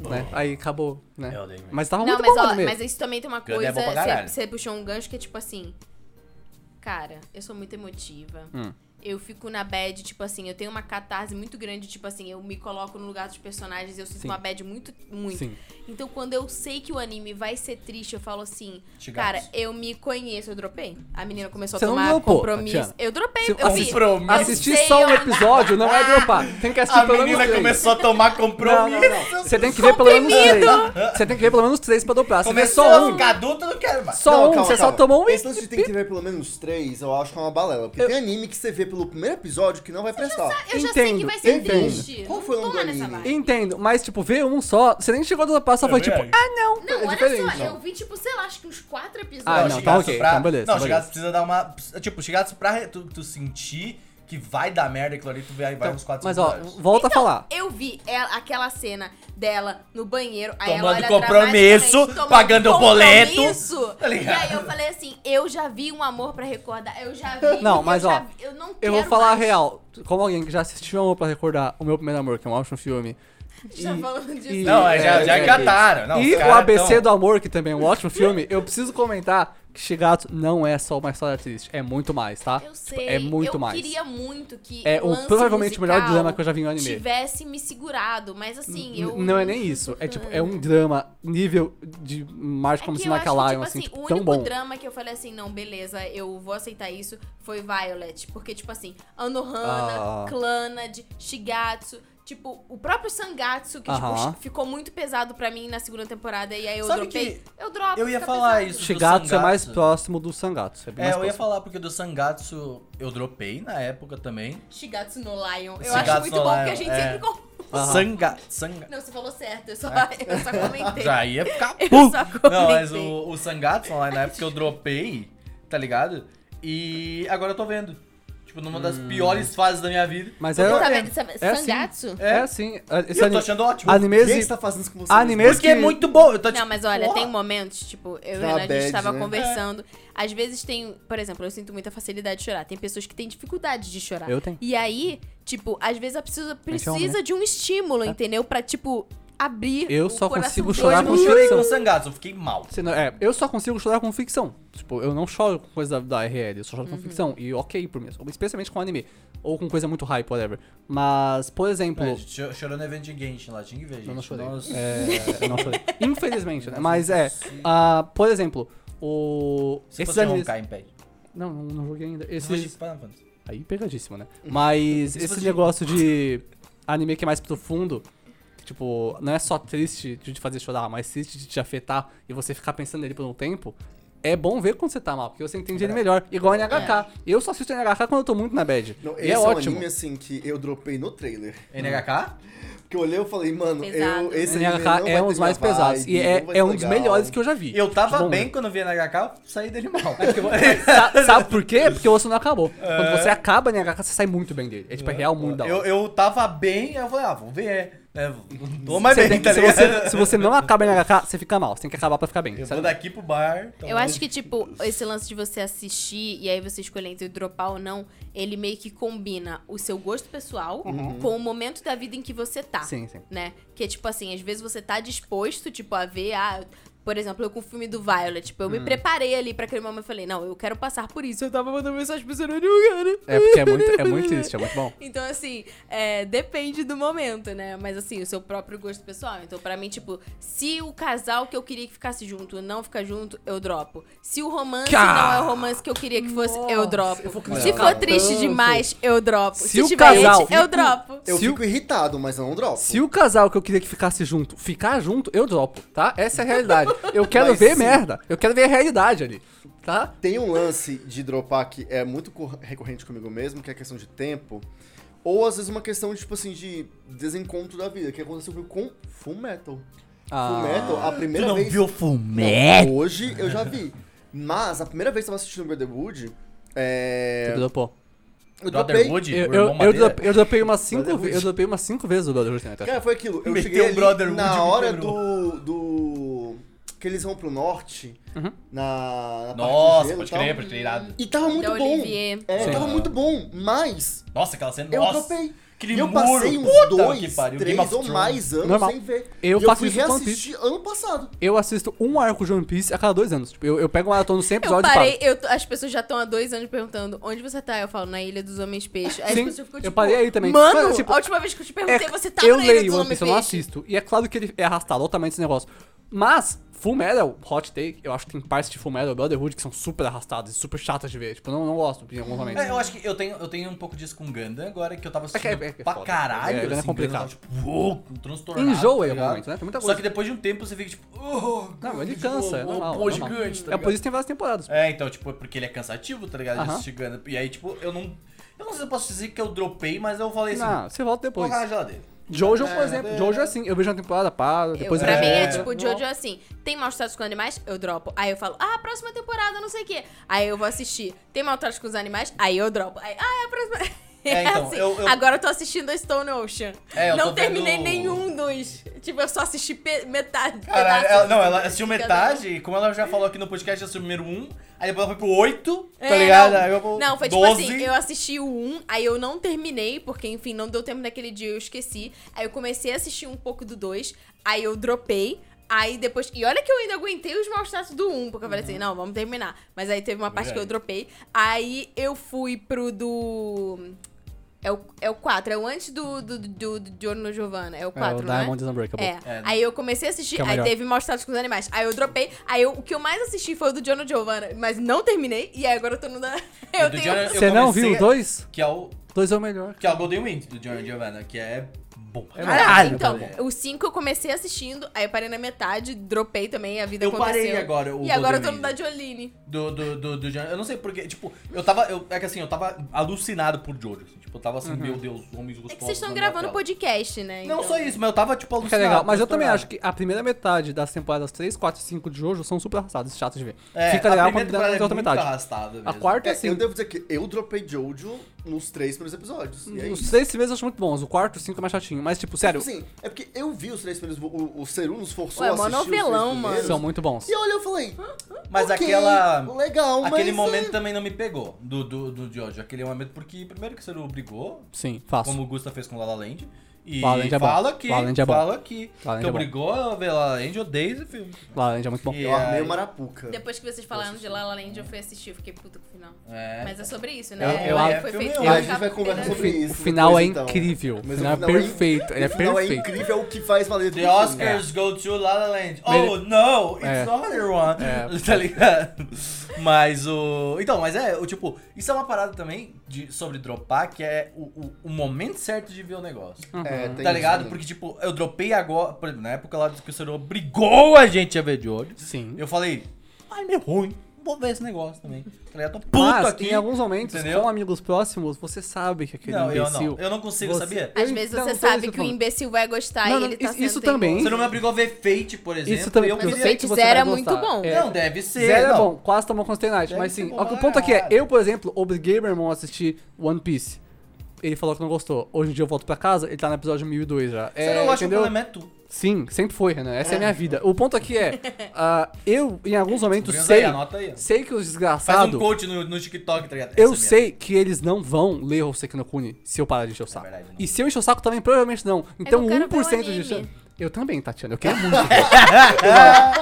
Né? Aí acabou, né?
É Elden Ring.
Mas tava
Não,
muito
mas,
bom
ó,
também.
mas isso também tem uma
Gun é bom
coisa.
pra caralho.
Você puxou um gancho que é tipo assim. Cara, eu sou muito emotiva.
Hum.
Eu fico na bad, tipo assim, eu tenho uma catarse muito grande, tipo assim, eu me coloco no lugar dos personagens, eu sinto
Sim.
uma bad muito, muito.
Sim.
Então quando eu sei que o anime vai ser triste, eu falo assim,
Chigatos.
cara, eu me conheço, eu dropei. A menina começou
Você
a
não
tomar
dropou,
compromisso.
Tatiana.
Eu dropei,
Se-
eu vi.
assi-
Compromisso.
Eu
Assistir
sei,
só um
eu-
episódio não é dropar. Tem que
Ah,
assistir
A
pelo menos
menina
três.
começou a tomar
Não, não,
compromisso.
não. Você tem que ver pelo menos três. Você tem que ver pelo menos três pra doprar. Você vê
Começou
só
a
um.
ficar adulta, não quero mais.
Só um, você só tomou um e.
Esse lance de tem que ver pelo menos três, eu acho que é uma balela. Porque
Eu-
tem anime que você vê pelo primeiro episódio que não vai prestar.
Eu já sei que
Entendo,
vai ser
entendo.
triste.
Qual
Não
foi o nome
toma
do
nessa
anime?
vibe.
Entendo, mas tipo, ver um só, você nem chegou a doprar, só
É
foi tipo,
verdade.
ah não.
Não,
é
olha
diferente.
só, eu vi, tipo, sei lá, acho que uns quatro episódios.
Ah, não, tá
Shigatsu
ok,
pra-
então beleza,
Não,
tá
Shigatsu precisa dar uma. Tipo, Shigatsu pra re- tu, tu sentir que vai dar merda aquilo ali, tu vai, vai uns 4
Então, Mas ó, volta a falar.
Então, Eu vi ela- aquela cena dela no banheiro, aí
Tomando
ela olha
compromisso,
dramaticamente, tomando
pagando boleto.
compromisso.
Tá
e
ligado?
aí eu falei assim, eu já vi um amor pra recordar, eu já vi.
Não,
eu
mas,
já
ó,
vi, eu não
Eu
quero
vou falar a
mais.
real. Como alguém que já assistiu Amor pra recordar O Meu Primeiro Amor, que é um ótimo filme.
<laughs> Já falando disso.
e-
Não, é, já,
É,
já
é,
engataram. Não,
e
os
o
caras
ABC
tão-
do Amor, que também é um ótimo filme, eu preciso comentar que Shigatsu não é só uma história triste, é muito mais, tá?
Eu
Tipo,
sei,
é muito
eu
mais.
queria um muito que
É o-
lance
provavelmente o melhor
musical
drama que eu já vi em anime.
tivesse me segurado, mas assim,
N-
eu... Uhum.
Não é nem isso, é tipo, é um drama nível de March
É
como
que
se
eu acho que,
Lion, assim,
o
tipo,
único
tão bom.
drama que eu falei assim, não, beleza, eu vou aceitar isso, foi Violet. Porque, tipo assim,
Ah.
Anohana, Clannad, Shigatsu, tipo, o próprio Sangatsu, que tipo,
Aham.
ficou muito pesado pra mim na segunda temporada, e aí eu
Sabe que
dropei. Eu dropo,
eu ia
fica
falar
pesado.
isso. do
Shigatsu é mais
Sangatsu.
próximo do Sangatsu, é bem
É,
mais
eu ia
próximo.
falar porque do Sangatsu eu dropei na época também.
Shigatsu no Lion. Eu
Shigatsu
acho muito
no
bom, porque
Lion,
a gente
é.
sempre... com-
Aham.
Sanga. Sanga.
Não, você falou certo, eu só, <laughs> eu só comentei.
Já ia ficar
Eu
puto.
só comentei.
Não, mas o, né, o Sangatsu lá na época eu dropei, tá ligado? E agora eu tô vendo. Tipo, numa das piores fases da minha vida.
Hum. Mas
Eu
é,
tô
Tá
vendo.
vendo? Sabe-
é assim.
Sangatsu?
É assim.
E
Esse
eu tô
anime,
achando ótimo.
animes
Quem
e-
está fazendo isso com você?
Anime-
mesmo?
Porque é muito bom. Eu tô,
Não,
tipo,
mas olha,
porra.
tem momentos, tipo, eu e o
Tá
Renan, a gente
bad,
tava
né?
conversando. Às vezes tem, por exemplo, eu sinto muita facilidade de chorar. Tem pessoas que têm dificuldade de chorar.
Eu tenho.
E aí, tipo, às vezes a pessoa
é um
precisa
momento.
de um estímulo, entendeu? Pra, tipo, abrir
Eu
o
só
coração
consigo
todo.
chorar
Eu
com
não chorei
ficção.
com Sangatsu, eu fiquei mal.
Você não- é, eu só consigo chorar com ficção. Tipo, eu não choro com coisa da, da RL, eu só choro
Uhum.
com ficção. E ok por mim. Especialmente com anime. Ou com coisa muito hype, whatever. Mas, por exemplo.
É, cho- Chorou no evento de Genshin lá, tinha que ver, gente.
Eu não chorei.
Nossa.
É, eu não chorei. <laughs> Infelizmente, né? Mas é. ah, por exemplo, o.
Se
esses
fosse um
animes.
roncar em pé.
Não, não, não joguei ainda.
Se fosse
Esses.
Final Fantasy.
Aí pegadíssimo, né? Mas
Isso
esse
foi de-
negócio de anime que é mais profundo, que, tipo, não é só triste de te fazer chorar, mas triste de te afetar e você ficar pensando nele por um tempo, é bom ver quando você tá mal, porque você entende
É.
ele melhor. Igual em HK. Eu só assisto em HK quando eu tô muito na bad.
Não, esse
e é,
é um
ótimo.
anime, assim, que eu dropei no trailer.
NHK?
Porque eu olhei e falei, mano,
Pesado.
eu,
né?"
esse anime não
NHK
vai
é um
ter
dos mais
minha
pesados.
vibe,
E é,
não vai
é
ser
um dos
legal.
melhores que eu já vi.
Eu tava
Bom,
bem
né? É
quando eu vi NHK, eu saí dele mal. <laughs>
Sa- Sabe por quê? Porque o osso não acabou. Quando você acaba em HK, você sai muito bem dele. É tipo, é real muito da hora.
É. <laughs> eu, eu tava bem, eu falei, ah, vou ver. É, tô mais
Você
bem,
tem-
tá
se,
ligado?
você, se você não acaba em HK, você fica mal. Você tem que acabar pra ficar bem.
Eu
sabe?
vou daqui pro bar. um-
Eu acho que, tipo, esse lance de você assistir e aí você escolher entre dropar ou não, ele meio que combina o seu gosto pessoal com o momento da vida em que você tá.
Uhum. Sim, sim.
Né? Que, tipo assim, às vezes você tá disposto, tipo, a ver, ah, por exemplo, eu com o filme do Violet, tipo, eu
Hum.
me preparei ali pra aquele momento e falei, não, eu quero passar por isso. Eu tava mandando mensagem pro Senhor, cara.
É porque é muito, é muito triste, é muito bom.
Então, assim, é, depende do momento, né? Mas, assim, o seu próprio gosto pessoal. Então, pra mim, tipo, se o casal que eu queria que ficasse junto não ficar junto, eu dropo. Se o romance
Cá!
não é o romance que eu queria que fosse, eu dropo. se for
tanto.
triste demais, eu dropo.
Se
Se,
o
tiver
casal-
hate, eu dropo.
Eu
Se o-
fico irritado, mas eu não dropo.
Se o casal que eu queria que ficasse junto ficar junto, eu dropo, tá? Essa é a realidade. Eu quero
Mas
ver
sim.
merda. Eu quero ver a realidade ali, tá?
Tem um lance de dropar que é muito cor- recorrente comigo mesmo, que é a questão de tempo. Ou às vezes uma questão, tipo assim, de desencontro da vida, que aconteceu com Full Metal.
Ah,
Ah.
Full Metal, a primeira vez.
fumé?
Hoje eu
<laughs>
já vi. Mas a primeira vez que eu tava assistindo Brotherhood,
Você
é.
dropou.
Eu dropei.
Brotherhood?
Eu,
o
eu,
irmão é
eu,
Madeira?
dropei- eu dropei umas cinco,
Brotherhood.
ve- eu dropei umas cinco vezes o Brotherhood né, cara?
Cara, É, foi aquilo. Eu
Meteu
cheguei ali
Brotherhood e me
na hora
quebrou.
do. do. Que eles vão pro norte.
Uhum.
Na. na parte de
Nossa,
gelo
pode
e tal.
crer, pode crer, irado.
E tava muito
Da
bom.
Olivier.
É,
Sim.
tava muito bom, mas
Nossa, aquela cena,
eu
nossa.
dropei.
Aquele
E eu
muro,
passei uns
puta que
dois,
pariu,
três
Game of
ou
Thrones.
mais anos
Normal.
sem ver.
Eu
e eu
faço
fui
isso com One
reassistir ano passado.
Eu assisto um arco de One Piece a cada dois anos. Tipo, eu, eu pego um maratona 100
Eu
episódios e
parei,
paro.
eu tô- as pessoas já estão há dois anos perguntando onde você tá. Eu falo, na Ilha dos Homens Peixes. Aí
Sim,
as pessoas ficam
eu
tipo.
parei aí também.
Mano,
Mas, tipo,
a última vez que eu te perguntei,
É,
você tá
eu
na Ilha
leio
dos
One
Homens
Piece, eu não
Peixes.
assisto. E é claro que ele é arrastado altamente esse negócio. Mas, Full Metal, Hot Take, eu acho que tem partes de Full Metal e Brotherhood que são super arrastadas e super chatas de ver. Tipo, eu não, não gosto em alguns momentos.
É, eu acho que eu tenho, eu tenho um pouco disso com Gundam agora, que eu tava
É
assistindo
que é- é que é
pra
foda.
caralho.
É, Gundam é
assim,
complicado.
Gundam tava, tipo, uou, um transtornado.
Enjoa
tá
em algum
ligado?
momento, né? Tem muita
Só
coisa.
que depois de um tempo você fica tipo, oh,
Não, ele cansa, é
oh,
normal,
pô,
normal.
gigante, tá
É por
ligado?
isso que tem várias temporadas.
É, então, tipo, é porque ele é cansativo, tá ligado? De
Aham.
assistir Gundam. E aí, tipo, eu não. Eu não sei se eu posso dizer que eu dropei, mas eu falei assim,
Não, você volta
vou
depois.
na geladeira.
Jojo, por exemplo. Jojo é assim. Eu vejo uma temporada, paro,
Eu,
depois
pra
vejo
mim é
outra.
tipo, Jojo é assim, tem maus tratos com animais, eu dropo. Aí eu falo, ah, próxima temporada, não sei o quê. Aí eu vou assistir. Tem maus tratos com os animais, aí eu dropo. Aí, ah, é a próxima. <laughs>
É, então, eu- eu-
Agora eu tô assistindo a Stone Ocean.
É, eu tô
não terminei
vendo-
nenhum dos. Tipo, eu só assisti pe- metade.
Caralho,
pedaços
ela- não,
de
ela
cada
assistiu
um.
metade, e como ela já falou aqui no podcast, assistiu o número 1, aí depois ela foi pro 8, tá
É,
ligado?
Não,
Aí eu vou
Não, foi
12,
tipo assim, eu assisti o 1, aí eu não terminei, porque enfim, não deu tempo naquele dia, eu esqueci. Aí eu comecei a assistir um pouco do 2, aí eu dropei. Aí depois. E olha que eu ainda aguentei os maus tratos do 1, porque eu falei assim, não, vamos terminar. Mas aí teve uma parte que eu
Uhum. Verdade.
dropei. Aí eu fui pro do. É o, é o 4, é o antes do, do, do, do Giorno Giovanna. É o 4,
É, o
né?
Diamond is Unbreakable.
É.
É.
Aí eu comecei a assistir,
Que é o
aí
melhor.
teve maus tratos com os animais. Aí eu dropei. Aí eu- o que eu mais assisti foi o do John Giovanna, mas não terminei. E aí agora eu tô no da. <laughs> Eu
do
tenho.
Giorno- eu
Você não
comecei
viu
a-
dois?
que é o
Dois é o melhor.
que é o Golden Wind do John Giovanna, que é né? bom. pra
É
caralho.
Caralho,
então,
velho.
o 5 eu comecei assistindo, aí eu parei na metade, dropei também, a vida
Eu
aconteceu.
parei agora o
E agora eu tô
Golden
no da
Age.
Jolene.
Do, do, do, do John- Eu não sei porque, tipo, eu tava. Eu, é que assim, eu tava alucinado por Jojo. assim, tipo, eu tava assim, meu Deus, homens gostosos.
Uhum. É que vocês estão
na
gravando
tela.
podcast, né?
Não
então.
só isso, mas eu tava, tipo,
Que é
alucinado.
legal. Mas eu também
transtornado.
acho que a primeira metade das temporadas 3, 4 e 5 de Jojo são super arrastadas, chatas de ver.
É,
Fica
a
legal
primeira
quando dá
temporada
a
é
outra
muito
metade.
arrastada
A
mesmo.
quarta,
É,
assim.
Eu devo dizer que eu dropei Jojo nos três primeiros episódios. E é
Os
isso.
três primeiros eu acho muito bons, o quarto e o cinco é mais chatinho. Mas, tipo, sério,
Sim, é porque eu vi os três primeiros, o, o Seru nos forçou
Ué,
a assistir os três
monovelão, mano.
primeiros.
são muito bons.
E olha, eu falei,
Mas
ok,
aquela.
legal, mas...
Aquele
é-
momento também não me pegou do, do, do Jojo. Aquele momento, porque primeiro que o Seru brigou,
Sim, faço.
como o Gusta fez com La La Land. E
La La Land é bom.
fala que.
La La Land é bom.
Fala que.
La La Land
que
é bom.
obrigou a ver La La Land, eu odeio esse filme.
La La Land é muito bom.
E
Eu armei
aí-
o Marapuca.
É
Depois que vocês falaram de La La Land, eu fui assistir, eu fiquei puta com o final.
É.
Mas é sobre isso,
Eu-
né?
eu-
Ela
é
foi
filme
feito
eu-
pra
a
gente
ficar né?
vai conversar
pegando-
O,
sobre
fi-
isso
o final é
depois, então.
incrível. O
Mas o
final é
final é in-
perfeito. Ele é
O final é
perfeito.
incrível, é o que faz valer
The
tudo.
Oscars go to La La Land.
Mere-
Oh, no, it's
É.
another one.
É.
<laughs> Tá ligado? Mas o... Então, mas é, o tipo, isso é uma parada também de, sobre dropar, que é o, o, o momento certo de ver o negócio.
Hum. Uhum.
É, tem
tá
isso
ligado?
também.
Porque, tipo, eu dropei agora, por exemplo, na época lá que o senhor obrigou a gente a ver de olho,
Sim.
eu falei, ai, meu ruim, vou ver esse negócio também. Tá ligado? Tô puto
Mas,
aqui.
em alguns momentos,
entendeu?
com amigos próximos, você sabe que aquele
Não, eu
imbecil...
não. Eu não consigo,
Você- é
sabia?
Às vezes
Não,
você
não,
sabe
isso
que o
falando.
imbecil vai gostar
Não,
e
não,
ele tá
isso-
sendo
isso também.
Você não me obrigou a ver Fate, por exemplo.
Isso também.
e eu
Mas o
queria-
Fate
que você
Zero
vai
é muito
gostar.
bom.
Não, deve ser.
Zero é
não.
bom, quase tomou Constant Night.
Deve
Mas
ser
sim,
bom
o,
pra
o ponto aqui é,
caralho.
eu, por exemplo, obriguei meu irmão a assistir One Piece. Ele falou que não gostou. Hoje em dia eu volto pra casa, ele tá no episódio 1002 já.
Você não acha
é,
que o
entendeu?
problema é tu.
Sim, sempre foi, Renan. Essa é, a minha vida. O ponto aqui é,
<laughs>
ah, eu, em alguns momentos,
Descobrindo
sei,
aí, anota aí.
sei que os
Faz um
desgraçados...
coach no, no TikTok, tá ligado?
Eu
Essa
sei que eles não vão ler Hoseki no Kune se eu parar de encher o saco.
É verdade, não.
e se eu encher o saco também, provavelmente não. Então
eu quero ver o
1% de
anime.
chance. Eu também, Tatiana. Eu quero muito. ver.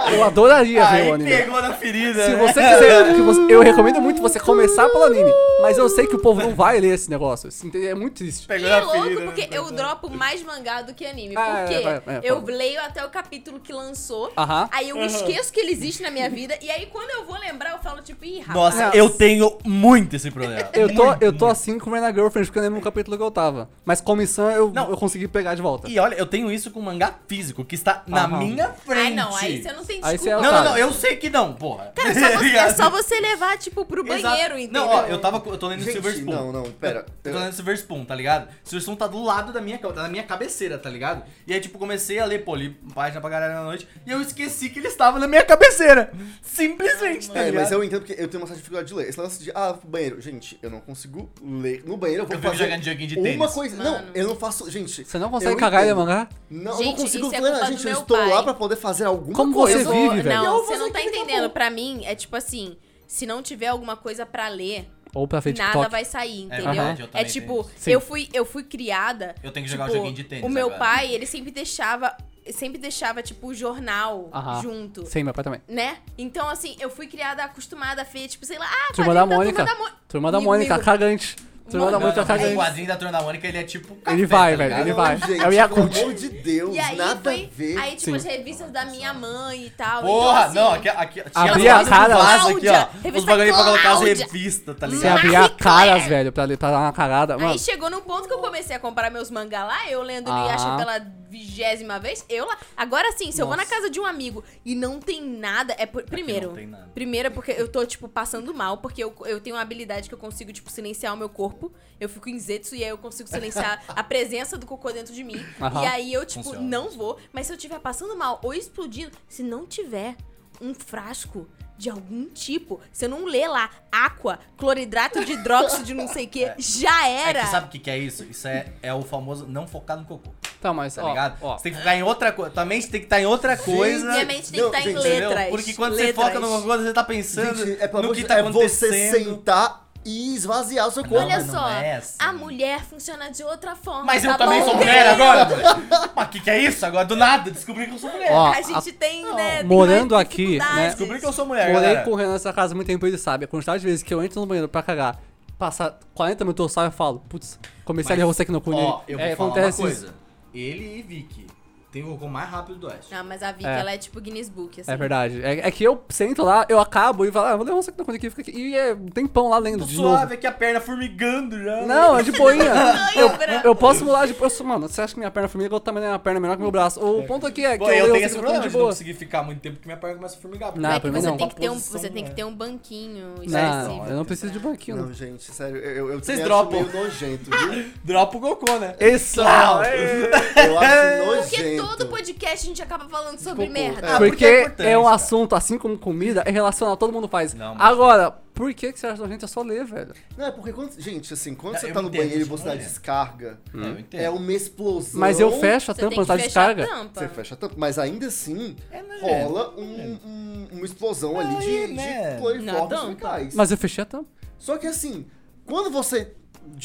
eu, eu adoraria
merda.
ver o
Aí
anime.
pegou na ferida.
Se
né?
você quiser, que você- eu recomendo muito você começar pelo anime. Mas eu sei que o povo não vai ler esse negócio. assim, entende? É muito triste.
E
Pegou
é
na
louco
ferida.
porque
né?
eu dropo mais mangá do que anime.
Ah,
porque
é, é, é,
eu
fala.
leio até o capítulo que lançou,
Aham.
aí eu esqueço que ele existe na minha vida, e aí quando eu vou lembrar, eu falo tipo, ih, rapaz.
Nossa,
Nossa.
eu tenho muito esse problema.
Eu tô,
Muito,
eu
muito.
tô assim com o Renan Girlfriend, porque eu lembro no capítulo que eu tava. Mas com missão eu,
Não.
eu consegui pegar de volta.
E olha, eu tenho isso com mangá físico, que está na
Aham.
minha é frente.
Ai, não, aí você não tem
Aí você
desculpa.
é
Não, não, não,
Otário.
eu sei que não, porra.
Cara, só
<laughs>
você, <laughs> é só você levar, tipo, pro
Exato.
banheiro, entendeu?
Não, ó, eu tava. com- Eu tô lendo
Gente,
Silver Spoon.
não, não, pera.
Eu tô lendo Silver Spoon, tá ligado? Silver Spoon tá do lado da minha, ca- tá na minha cabeceira, tá ligado? E aí, tipo, comecei a ler, pô, li página pra caralho na noite, e eu esqueci que ele estava na minha cabeceira. Simplesmente, tá
É,
ligado?
mas eu entendo porque eu tenho uma certa dificuldade de ler. Esse lance de, ah, banheiro. Gente, eu não consigo ler. No banheiro eu vou
Eu fico
fazer
jogando joguinho de
uma
tênis.
coisa.
Mano.
Não, eu não faço... Gente,
Você não consegue
eu
cagar e ler
entendo.
mangá?
Não, eu não
Gente,
consigo
isso é
ler nada.
culpa do
Gente, eu
meu
estou
pai.
lá pra poder fazer alguma
Como
coisa.
você
Eu vou-
vive, velho.
Não,
Eu vou
você não
fazer
tá
aquele
entendendo.
acabou.
Pra mim, é tipo assim, se não tiver alguma coisa pra ler,
Ou pra ver TikTok.
nada vai sair, entendeu?
verdade, eu
é
também tenho
tipo,
isso.
tipo, Sim.
eu fui, eu fui criada.
Eu tenho que jogar um
tipo,
joguinho de tênis
O meu
agora.
pai, ele sempre deixava, sempre deixava tipo o jornal
Aham.
junto.
Sim, meu pai também.
Ah,
Né? Então, assim, eu fui criada acostumada a ver, tipo, sei lá, ah,
Turma da
quadrinho
Mônica.
Turma da Mônica.
Turma da Mônica,
Meu-
cagante. Turma
Não,
da
Não,
Mônica,
não, mas o
cagante.
quadrinho da Turma da Mônica, ele é tipo.
Ele vai,
tá
velho,
ligado?
ele vai.
Gente,
É o Yakult.
Pelo amor de Deus,
E aí,
nada
foi,
a ver.
Aí, tipo, as
Sim.
revistas da minha mãe e tal.
Porra,
então,
não,
assim,
aqui, aqui tinha
Abri
uns
a
bagulho no
cara. assim,
vaso aqui,
Cláudia,
ó. Os
revista
bagulho pra colocar as
Cláudia.
revistas, tá é.
Você
ligado?
abre-
abrir a
Marie Claire.
caras, velho, pra, ler- pra dar uma cagada. Mano,
Aí chegou num ponto que eu comecei a comprar meus mangá lá, eu lendo
Ah.
e acho pela vigésima vez, eu lá. Agora sim, se eu vou na
Nossa.
casa de um amigo e não tem nada, é por, primeiro.
não tem nada.
Primeiro é porque eu tô, tipo, passando mal, porque eu, eu tenho uma habilidade que eu consigo, tipo, silenciar o meu corpo. Eu fico em zetsu e aí eu consigo
<laughs>
silenciar a presença do cocô dentro de mim.
Aham.
E aí eu, tipo,
Funciona.
não vou. Mas se eu estiver passando mal ou explodindo, se não tiver um frasco de algum tipo, se eu não ler lá, água, cloridrato de hidróxido de não sei o que, já
<laughs>
era.
É que sabe o que, que é isso? Isso é, é o famoso não focar no cocô,
tá, mas,
tá
ó,
ligado?
ó. é
Você tem que focar em outra coisa. Tua mente tem que estar em outra coisa.
Minha mente tem que
Não,
estar em
gente,
entendeu?
letras.
Porque quando
letras.
você foca numa coisa, você tá pensando
Gente, é pelo
no
amor
que
de
tá
Deus. É
acontecendo.
você sentar e esvaziar o seu corpo.
Olha
não
só,
é assim.
a mulher funciona de outra forma.
Mas eu
tá
também
bom?
sou mulher agora, mano. Mas o que, que é isso? Agora, do nada, descobri que eu sou mulher.
Ó,
<laughs> a gente tem, né? tem
morando
mais
aqui, né,
dificuldades.
descobri que eu sou mulher,
Morei
galera.
com o Renan nessa casa há muito tempo, ele sabe. A quantidade de vezes que eu entro no banheiro pra cagar, passar 40 minutos, eu saio e falo, putz, comecei a ler é você aqui no cu
Ó, eu
nele.
vou
É,
falar
acontece
uma
isso.
coisa. Ele e Vicky tem o cocô mais rápido do Oeste.
Não, mas a Vicky,
É.
ela é tipo Guinness Book, assim.
É verdade. É, é que eu sento lá, eu acabo e falo, ah, vou ler você aqui no cu aqui, fica aqui. E é um tempão lá lendo
Tô
de novo.
suave aqui, a perna formigando já.
Não, é de
<laughs>
boinha.
branco.
eu, eu posso pular de. Eu sou, mano, você acha que minha perna é formiga ou tamanho da minha perna menor que meu braço? O ponto aqui é que
Pô, eu,
leio
tenho
assim,
esse
eu tô
problema
de
de não
boa.
conseguir ficar muito tempo que minha perna começa a formigar. porque é
Não,
eu
Ah, pra
Porque
mim
você
não.
tem que ter um,
Posição,
você tem que
é.
ter um banquinho.
Não,
específico
eu não preciso de
pra-
banquinho.
Não, gente, sério, eu, eu, eu
Vocês
também acho
dropam.
<laughs>
meio nojento, viu?
Dropa o um cocô, né?
Esse
Plau!
Eu acho
Porque
nojento.
<laughs>
momento.
Todo podcast a gente acaba falando sobre merda.
É, porque é
porque,
importante,
é, um
cara.
assunto, assim como comida, é relacional, todo mundo faz.
Não, mas-
Agora, por que, que você acha que a gente é só ler, velho?
Não, é porque quando. Gente, assim, quando
Não,
você
É, eu
tá no
entendo,
banheiro e
gente,
você dá
olha.
descarga,
É, eu entendo.
é uma explosão.
Mas eu fecho a
Você tem
tampa tá
que
antes da
fechar
descarga.
a tampa.
Você fecha tanto, mas ainda assim
É, né?
rola um- um- uma explosão ali
Aí,
de,
né?
de
Na
cloriformes
tampa.
fecais.
Mas eu fechei a tampa.
Só que assim, quando você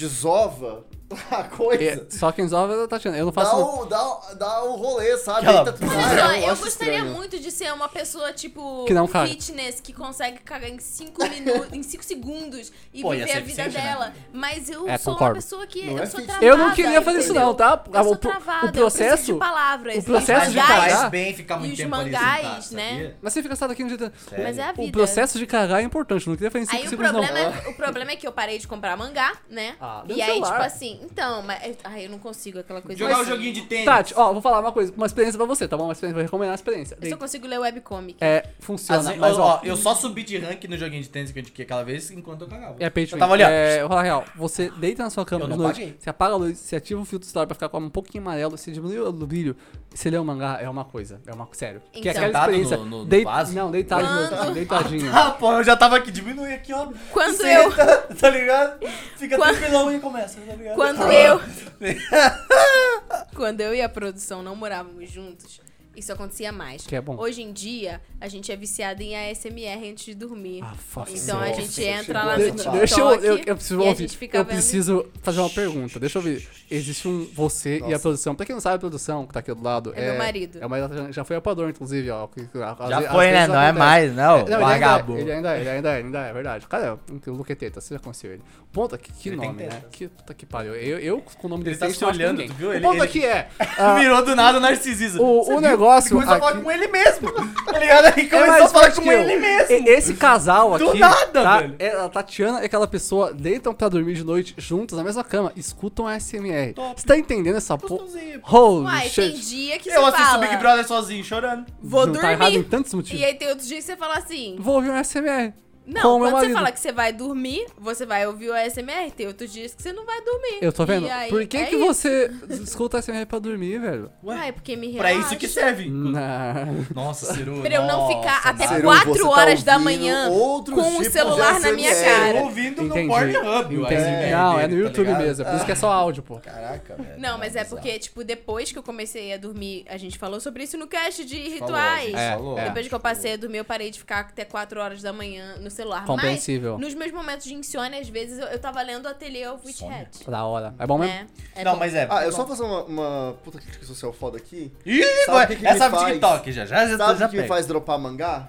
desova a coisa,
É, só quem resolve é a Tatiana. Eu não
dá,
faço.
um-
o, dá, o- dá o rolê, sabe?
Aquela-
Eita, tu-
Mas
Ah,
olha, eu,
acho
gostaria
estranho.
muito de ser uma pessoa, tipo,
Que não caga.
fitness, que consegue cagar em 5
<laughs>
minutos, em 5 segundos e
Pô, ia
viver
ser
a vida
eficiente, né?
dela. Mas eu
É,
sou
concordo.
uma pessoa que
Não
eu
é
sou
fitness.
travada.
Eu não queria fazer isso,
entendeu?
não, tá?
Eu sou
O pro- o
travada, eu
processo-
preciso de palavras.
o
Os
processo de
mangás-
cagar-
faz bem ficar muito
e os
tempo ali
mangás,
sentado,
né?
sabia?
Mas você fica sentado aqui no dia.
Sério.
Mas é a vida.
O processo de cagar é importante, eu não queria fazer em 5
Aí o
segundos,
problema,
não. né?
é, o problema é que eu parei de comprar mangá, né?
Ah, deu
e aí,
celular.
tipo assim, então, mas. Ai, eu não consigo aquela coisa.
Jogar o
assim.
joguinho de tênis.
Tati, ó, vou falar uma coisa, uma experiência pra você, tá bom? Uma experiência, vou recomendar a experiência.
Eu só consigo ler webcomic.
É, funciona,
Assim,
mas
ó,
ó,
ó, eu só subi de rank no joguinho de tênis que eu indiquei aquela vez enquanto eu cagava.
É pay to
Eu
win.
tava olhando.
É, eu vou falar a real. Você deita na sua cama
Eu
de
não
noite,
paguei.
você apaga a luz, você ativa o filtro solar pra ficar com a mão um pouquinho amarelo, você diminui o brilho, você lê um mangá, é uma coisa. É uma sério.
Então.
que é aquela
Sentado
experiência.
no- no- no
deit-
vaso?
Não, deitado de noite,
<laughs>
Quando-
deitadinho.
Ah, pô, eu já tava aqui, diminui aqui, ó.
Quando eu.
Senta, Tá ligado? Fica
Quando-
tranquilão e começa, tá ligado?
Quando
<laughs>
eu. Quando eu e a produção não morávamos juntos, isso acontecia mais.
Que é bom.
Hoje em dia, a gente é viciado em ASMR antes de dormir.
Ah, fuck.
então a
nossa,
gente
chegou
entra lá
a
no
De-
TikTok.
falar.
Deixa eu, eu, eu preciso
e a
ouvir.
gente fica
Eu
vendo-
preciso fazer uma pergunta. Deixa eu ouvir. Existe um você e
Nossa.
a produção. Pra quem não sabe, a produção que tá aqui do lado
É meu marido.
É o marido já foi apador, inclusive, ó. que- que- às
Já
ve- às
foi, né?
vezes
Não é
acontece.
mais, não.
É, ele ainda é,
Vagabundo.
Ele ainda é, ele ainda é, ele ainda é, é verdade. Cara, o Luqueteta, você já conheceu ele. O ponto aqui, que
Ele tem
nome, né?
tetas.
Que puta que pariu. Eu, eu com o nome
Ele
dele
tá se olhando, tu viu?
O
Ele-
ponto
ele- <laughs>
aqui é.
Ah.
ah,
Virou do nada o narcisista.
O-
Você
o
viu?
negócio
Ele começou a falar
aqui-
com ele mesmo. Tá ligado? Ele
É
começou a falar
forte
com
que eu. É,
ele mesmo.
E- Esse casal aqui.
<laughs> Do nada,
tá?
velho.
É, a Tatiana é aquela pessoa, deitam pra dormir de noite juntos na mesma cama, escutam a SMR.
Top.
Você tá entendendo essa porra?
Gostosinho.
Holy
Uai, tem
shit.
dia que
Eu
você
assisto
fala.
Big Brother sozinho, chorando.
Vou
Não
dormir.
Tá errado em tantos motivos.
E aí tem outros dias que você fala assim.
Vou ouvir um SMR.
Não,
com o meu
quando você
marido.
fala que você vai dormir, você vai ouvir o ASMR, tem outros dias que você não vai dormir.
Eu tô vendo.
E aí,
Por que,
é
que
isso.
você escuta SMR pra dormir, velho?
Ah, é porque me
Pra
relaxa.
isso que serve.
Hum. Não.
Nossa, Ciru.
Pra eu não
nossa,
ficar até
mano.
Seru, você
4
tá
horas da
ouvindo
manhã
outros
com o
tipos de
celular na minha
ASMR.
Tô
cara.
ouvindo
Entendi.
no Pornhub. o
Entendi.
ASMR
Não, é no
dele, tá
YouTube
ligado?
mesmo. Por isso que é só áudio, pô.
Caraca, velho.
Não, mas é
bizarro.
porque, tipo, depois que eu comecei a dormir, a gente falou sobre isso no cast de
Falou, a gente
rituais.
falou.
É,
Depois que eu passei a dormir, eu parei de ficar até 4 horas da manhã no celular.
Compreensível.
Mas, nos meus momentos de insônia, às vezes, eu, eu tava lendo Ateliê of Witch
Insônia.
Hat.
Da hora. É bom mesmo?
É, é
Não,
bom.
mas é.
Ah, eu só vou fazer uma, uma puta crítica social foda aqui.
Ih,
Sabe
vai-
o que que
essa
me
é o
faz?
TikTok já. Já, já,
Sabe
já
o que me
pega.
faz dropar mangá?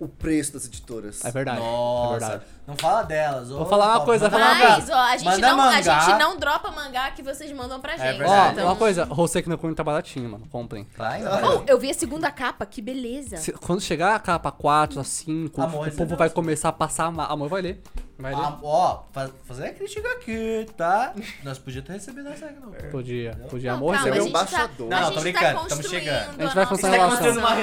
O preço das editoras.
É verdade. É
Nossa.
verdade.
não fala delas.
Vou
ô,
falar uma
Paulo,
coisa,
manda
vou falar uma
mangá.
Mas, ó, a gente,
Manda
não, a
mangá. É
gente não dropa mangá que vocês mandam pra gente. então-
Ó,
verdade.
uma coisa, Rosei que não come tá baratinho, mano. Comprem.
Vai,
Oh,
vai.
eu vi a segunda capa, que beleza.
Se- quando chegar a capa 4, a 5,
Amor,
o
você
povo
não-
vai começar a passar mal. Amor vai ler. Vai ler.
Ah, ó, fa- fazer a crítica aqui, tá? Nós podíamos ter recebido essa aqui, não.
Podia. Podia.
Não,
Amor
calma, a
recebeu.
gente
é embaixador.
Tá,
Não,
a
não,
gente
tô
tá
brincando, tamo
construindo
chegando.
A gente vai
nossa
construir uma relação.
relação.
Tá construindo uma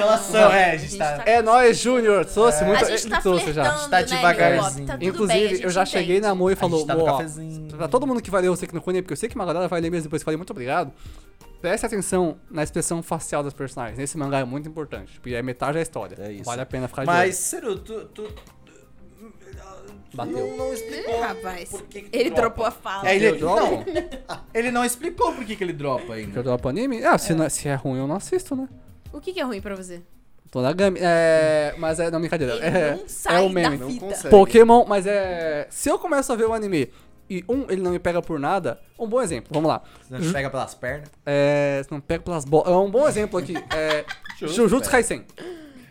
relação, é, a gente tá-
É nóis, Júnior.
É.
Trouxe muito.
A gente tá
Ele trouxe já.
flertando,
Tá
né,
devagarzinho.
Ibope? Tá tudo
Inclusive,
bem, a gente
eu já
entende.
cheguei na Amor e
A
falou:
gente tá no
ó,
cafezinho.
pra todo mundo que vai ler o Secnocone, porque eu sei que uma galera vai ler mesmo depois que falei, muito obrigado. Preste atenção na expressão facial das personagens. Nesse mangá é muito importante. Porque é metade da história.
É isso.
Vale a pena ficar
Mas,
de
Ciro, tu, tu
olho. Bateu.
não, não explicou.
Ih, rapaz.
por que que tu
Ele
dropa.
dropou a fala.
É, ele,
Eu dropo?
não, ele não explicou por que, que ele dropa
Que eu
ainda.
dropo anime? Ah, se, não- se é ruim, eu não assisto, né?
O que, que é ruim pra você?
Tô na game. É. Mas é. Não, brincadeira.
Ele
é, é
não sai
o meme.
da
Não
fita.
consegue.
Pokémon, mas é. Se eu começo a ver o anime e um, ele não me pega por nada, um bom exemplo, vamos lá.
Senão a gente pega pelas pernas.
É. Se não pega pelas bolas. É um bom exemplo aqui. É.
Justo, velho.
Jujutsu Kaisen.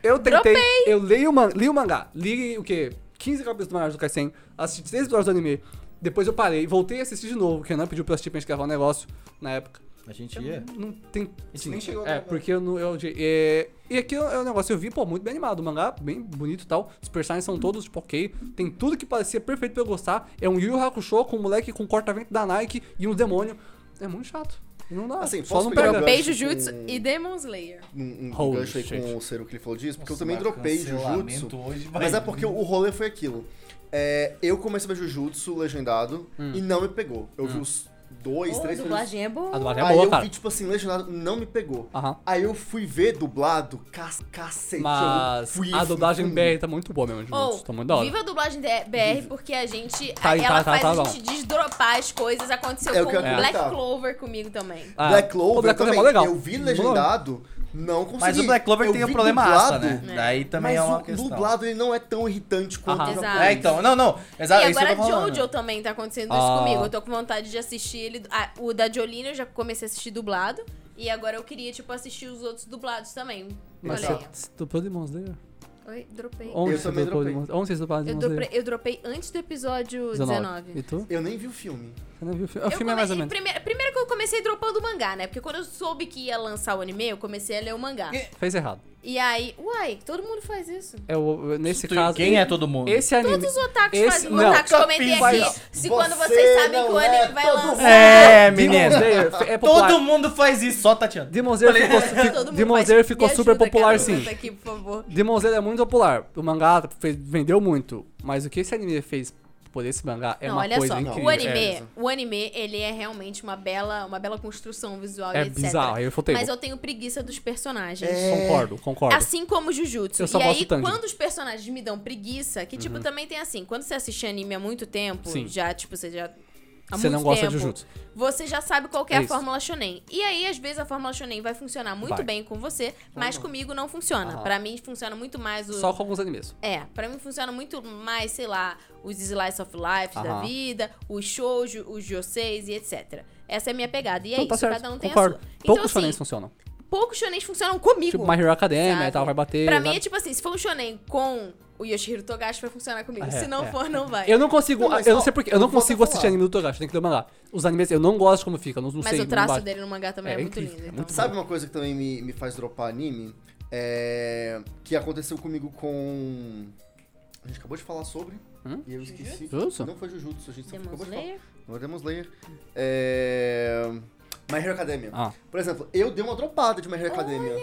Eu tentei.
Dropei.
Eu li o, man, li o mangá. Li o quê? 15 capítulos do mangá do Kaisen. Assisti 3 episódios do anime. Depois eu parei, voltei a assistir de novo, porque não pediu pra eu assistir pra gente gravar um negócio na época.
A gente ia.
Não tem.
gente
sim,
nem chegou a
É,
gravar.
porque eu não. Eu, odiei. é, e aqui é um negócio, eu vi, pô, muito bem animado. O mangá, bem bonito e tal. Os personagens são todos, tipo, ok. Tem tudo que parecia perfeito pra eu gostar. É um Yu Yu Hakusho com um moleque com um corta-vento da Nike e um demônio. É muito chato. Não dá.
Assim,
Só
posso
não
pegar
pega.
o
Dropei
gancho
Jujutsu
com-
e Demon Slayer.
Um, um
Holy
gancho aí
shit.
com o Ciro que ele falou disso, porque eu
Nossa,
também
mas
dropei
cancelamento
Jujutsu.
hoje vai
Mas é porque o rolê
Hum.
foi aquilo. É, eu comecei a ver Jujutsu legendado e não me pegou. Eu vi os dois,
Pô, a
três filmes.
dublagem é boa.
A dublagem é
Aí
boa,
eu
cara.
vi, tipo assim, legendado, não me pegou.
Aham.
Aí eu fui ver dublado, ca cacete. eu
Mas
fui,
a
fui,
dublagem
fui.
BR tá muito boa mesmo, de
Ou,
oh, tá muito da hora.
viva a dublagem de- BR, porque a gente.
Tá, tá,
a- ela
tá,
faz
tá
a
bom.
gente desdropar as coisas. Aconteceu
É o
com
que eu ia
Black
comentar.
Clover comigo também.
Ah,
Black
pô,
Clover,
Black Clover
também.
é mó legal.
Eu vi
Mó
legendado, não consegui.
Mas o Black Clover
Eu
tem um
vi
problema
dublado,
assa, né?
É.
Daí também
mas
é uma
o
questão.
dublado ele não é tão irritante quanto
Aham.
o
Exato.
É,
japonês.
então, não, não. Exato,
e
isso que
agora
eu tô falando.
Jojo também tá acontecendo
Ah.
isso comigo. Eu tô com vontade de assistir ele. ah, o da Jolina eu já comecei a assistir dublado. E agora eu queria, tipo, assistir os outros dublados também.
Mas
Olha
você você dublou Demon Slayer?
aí. Oi, dropei.
Onde
Eu
você
também
dublou
dropei.
Demon Slayer? Onde você dublou
Eu
Demon
dropei,
Slayer?
eu dropei antes do episódio 19.
E tu?
Eu nem vi o filme.
Você não viu o filme? O
Eu
filme é mais ou
come-
menos.
Primeiro, primeiro que eu comecei dropando o mangá, né? Porque quando eu soube que ia lançar o anime, eu comecei a ler o mangá.
E-
Fez errado.
E aí, uai, todo mundo faz isso.
É o- nesse
Tu-
caso.
Quem é todo mundo?
Esse anime.
Todos os otakus
Esse-
fazem. Os
não.
otakus
Nunca
comentei
fiz
aqui.
isso.
Se quando
Você
vocês sabem que o
não
anime
é
vai
todo
lançar.
É,
Demon
menino.
Slayer é popular.
Todo mundo faz isso, só Tatiana.
Demon Slayer ficou, fi-
<laughs> Todo mundo
Demon
faz.
Slayer
Me
ficou
ajuda,
super popular,
garota,
sim.
Aqui, por favor.
Demon Slayer é muito popular. O mangá fez- vendeu muito. Mas o que esse anime fez por esse mangá é
não,
uma
olha
coisa
só.
incrível.
o anime,
é.
o anime, ele é realmente uma bela, uma bela construção visual
É
e etc.
bizarro, aí eu faltei.
Mas eu tenho preguiça dos personagens.
Concordo, concordo.
Assim como Jujutsu.
Eu só
e
gosto
aí,
do Tanjiro. Uhum.
quando os personagens me dão preguiça, que, tipo, também tem assim, quando você assiste anime há muito tempo,
Sim.
já, tipo, você já. Há
Você
muito
não gosta de
tempo,
Jujutsu.
Você já sabe qual que é
É
a
isso.
fórmula shonen. E aí, às vezes, a fórmula shonen vai funcionar muito
Vai.
bem com você, mas comigo não funciona.
Uhum. Aham.
Pra mim, funciona muito mais o.
Só com alguns animes.
É, pra mim funciona muito mais, sei lá, os slice of life da
Aham.
vida, os shoujo, os joseis e etc. Essa é a minha pegada. E é
então
isso,
tá certo.
cada um tem
concordo.
a sua. Então,
Poucos
assim,
shonens funcionam.
poucos shonens funcionam comigo.
Tipo, My Hero Academia e
sabe?
tal, vai bater.
Pra
sabe?
mim é tipo assim, se for um shonen com o Yoshihiro Togashi, vai funcionar comigo.
É,
se não
é.
for, não vai.
Eu não consigo,
Não, mas
eu não
ó,
sei porquê, eu não
volta a
consigo assistir
falar.
anime do Togashi, tem que ler o mangá. Os animes eu não gosto como fica, eu não, não
Mas
sei.
o
não
traço
baixo.
dele no mangá também é,
É
muito
incrível,
lindo.
é
então.
muito
Sabe uma coisa que também me, me faz dropar anime? É... Que aconteceu comigo com... A gente acabou de falar sobre.
Hum?
E eu esqueci.
Jujutsu?
Não foi Jujutsu, a gente só
Demon
acabou de falar.
Slayer?
Não é Demon Slayer. É... My Hero
é
Academia.
Ah.
Por exemplo, eu dei uma dropada de My Hero Academia.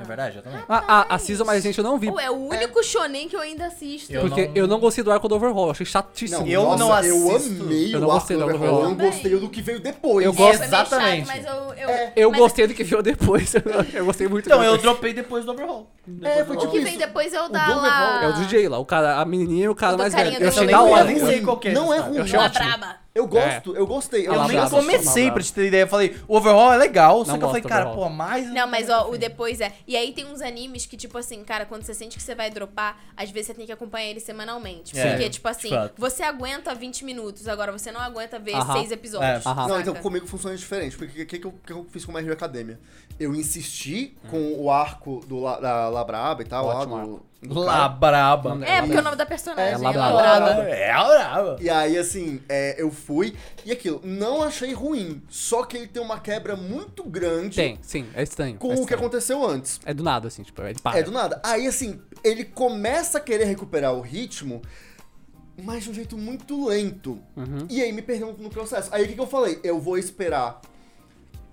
É verdade, eu também.
Ah, A, a, a season mais recente eu não vi,
Ou é o único shonen que eu ainda assisto.
Eu
porque
não-
eu não gostei do arco do Overhaul, eu achei chatíssimo.
eu não
Eu
assisto.
amei
Eu não
o arco
gostei
do
do
Overhaul.
Overhaul.
Eu não
Também.
gostei do que veio depois.
Eu
É,
gosto-
foi meio chato,
Exatamente.
mas eu, eu,
É,
Eu
mas
gostei do que veio depois, <laughs> eu, eu gostei muito.
Então,
do
eu
depois.
dropei depois do overhaul.
É, foi
O
tipo
que
isso.
vem depois é o
O
da
Google
lá.
É o DJ lá, o cara, a menininha e o cara
O do
mais
carinha
velho.
do
Eu achei
Overhaul.
da
Eu
hora.
nem sei qual que é.
Não é
cara.
ruim.
Eu achei
Ela
ótimo. É.
braba.
Eu gosto, eu gostei. Eu
Eu
Ela
nem
brava,
comecei
chama
pra
brava.
te ter ideia. Eu falei, o overhaul é legal, só
Não
que eu falei,
gosto do
cara, pô,
overhaul.
mais.
Não, mas ó, o depois é. E aí tem uns animes que, tipo assim, cara, quando você sente que você vai dropar, às vezes você tem que acompanhar ele semanalmente.
É.
Porque, tipo assim,
Fato.
você aguenta 20 minutos, agora você não aguenta ver
Aham.
seis episódios.
É.
Aham.
saca?
Não, então comigo funciona diferente. Porque o que, que eu, que eu fiz com o My Hero Academia? Eu insisti com o arco do La, da Labraba e tal. lá
Ótimo
do-
um
do cara.
Lá braba.
É, porque é o nome da personagem.
Ela
Ela
brava.
brava.
É braba.
E aí, assim, é, eu fui e aquilo. Não achei ruim. Só que ele tem uma quebra muito grande
Tem, sim, é estranho.
com
é
o que
estranho.
aconteceu antes.
É do nada, assim, tipo, é de para.
É do nada. Aí, assim, ele começa a querer recuperar o ritmo, mas de um jeito muito lento.
Uhum.
E aí me perdeu no processo. Aí o que, que eu falei? Eu vou esperar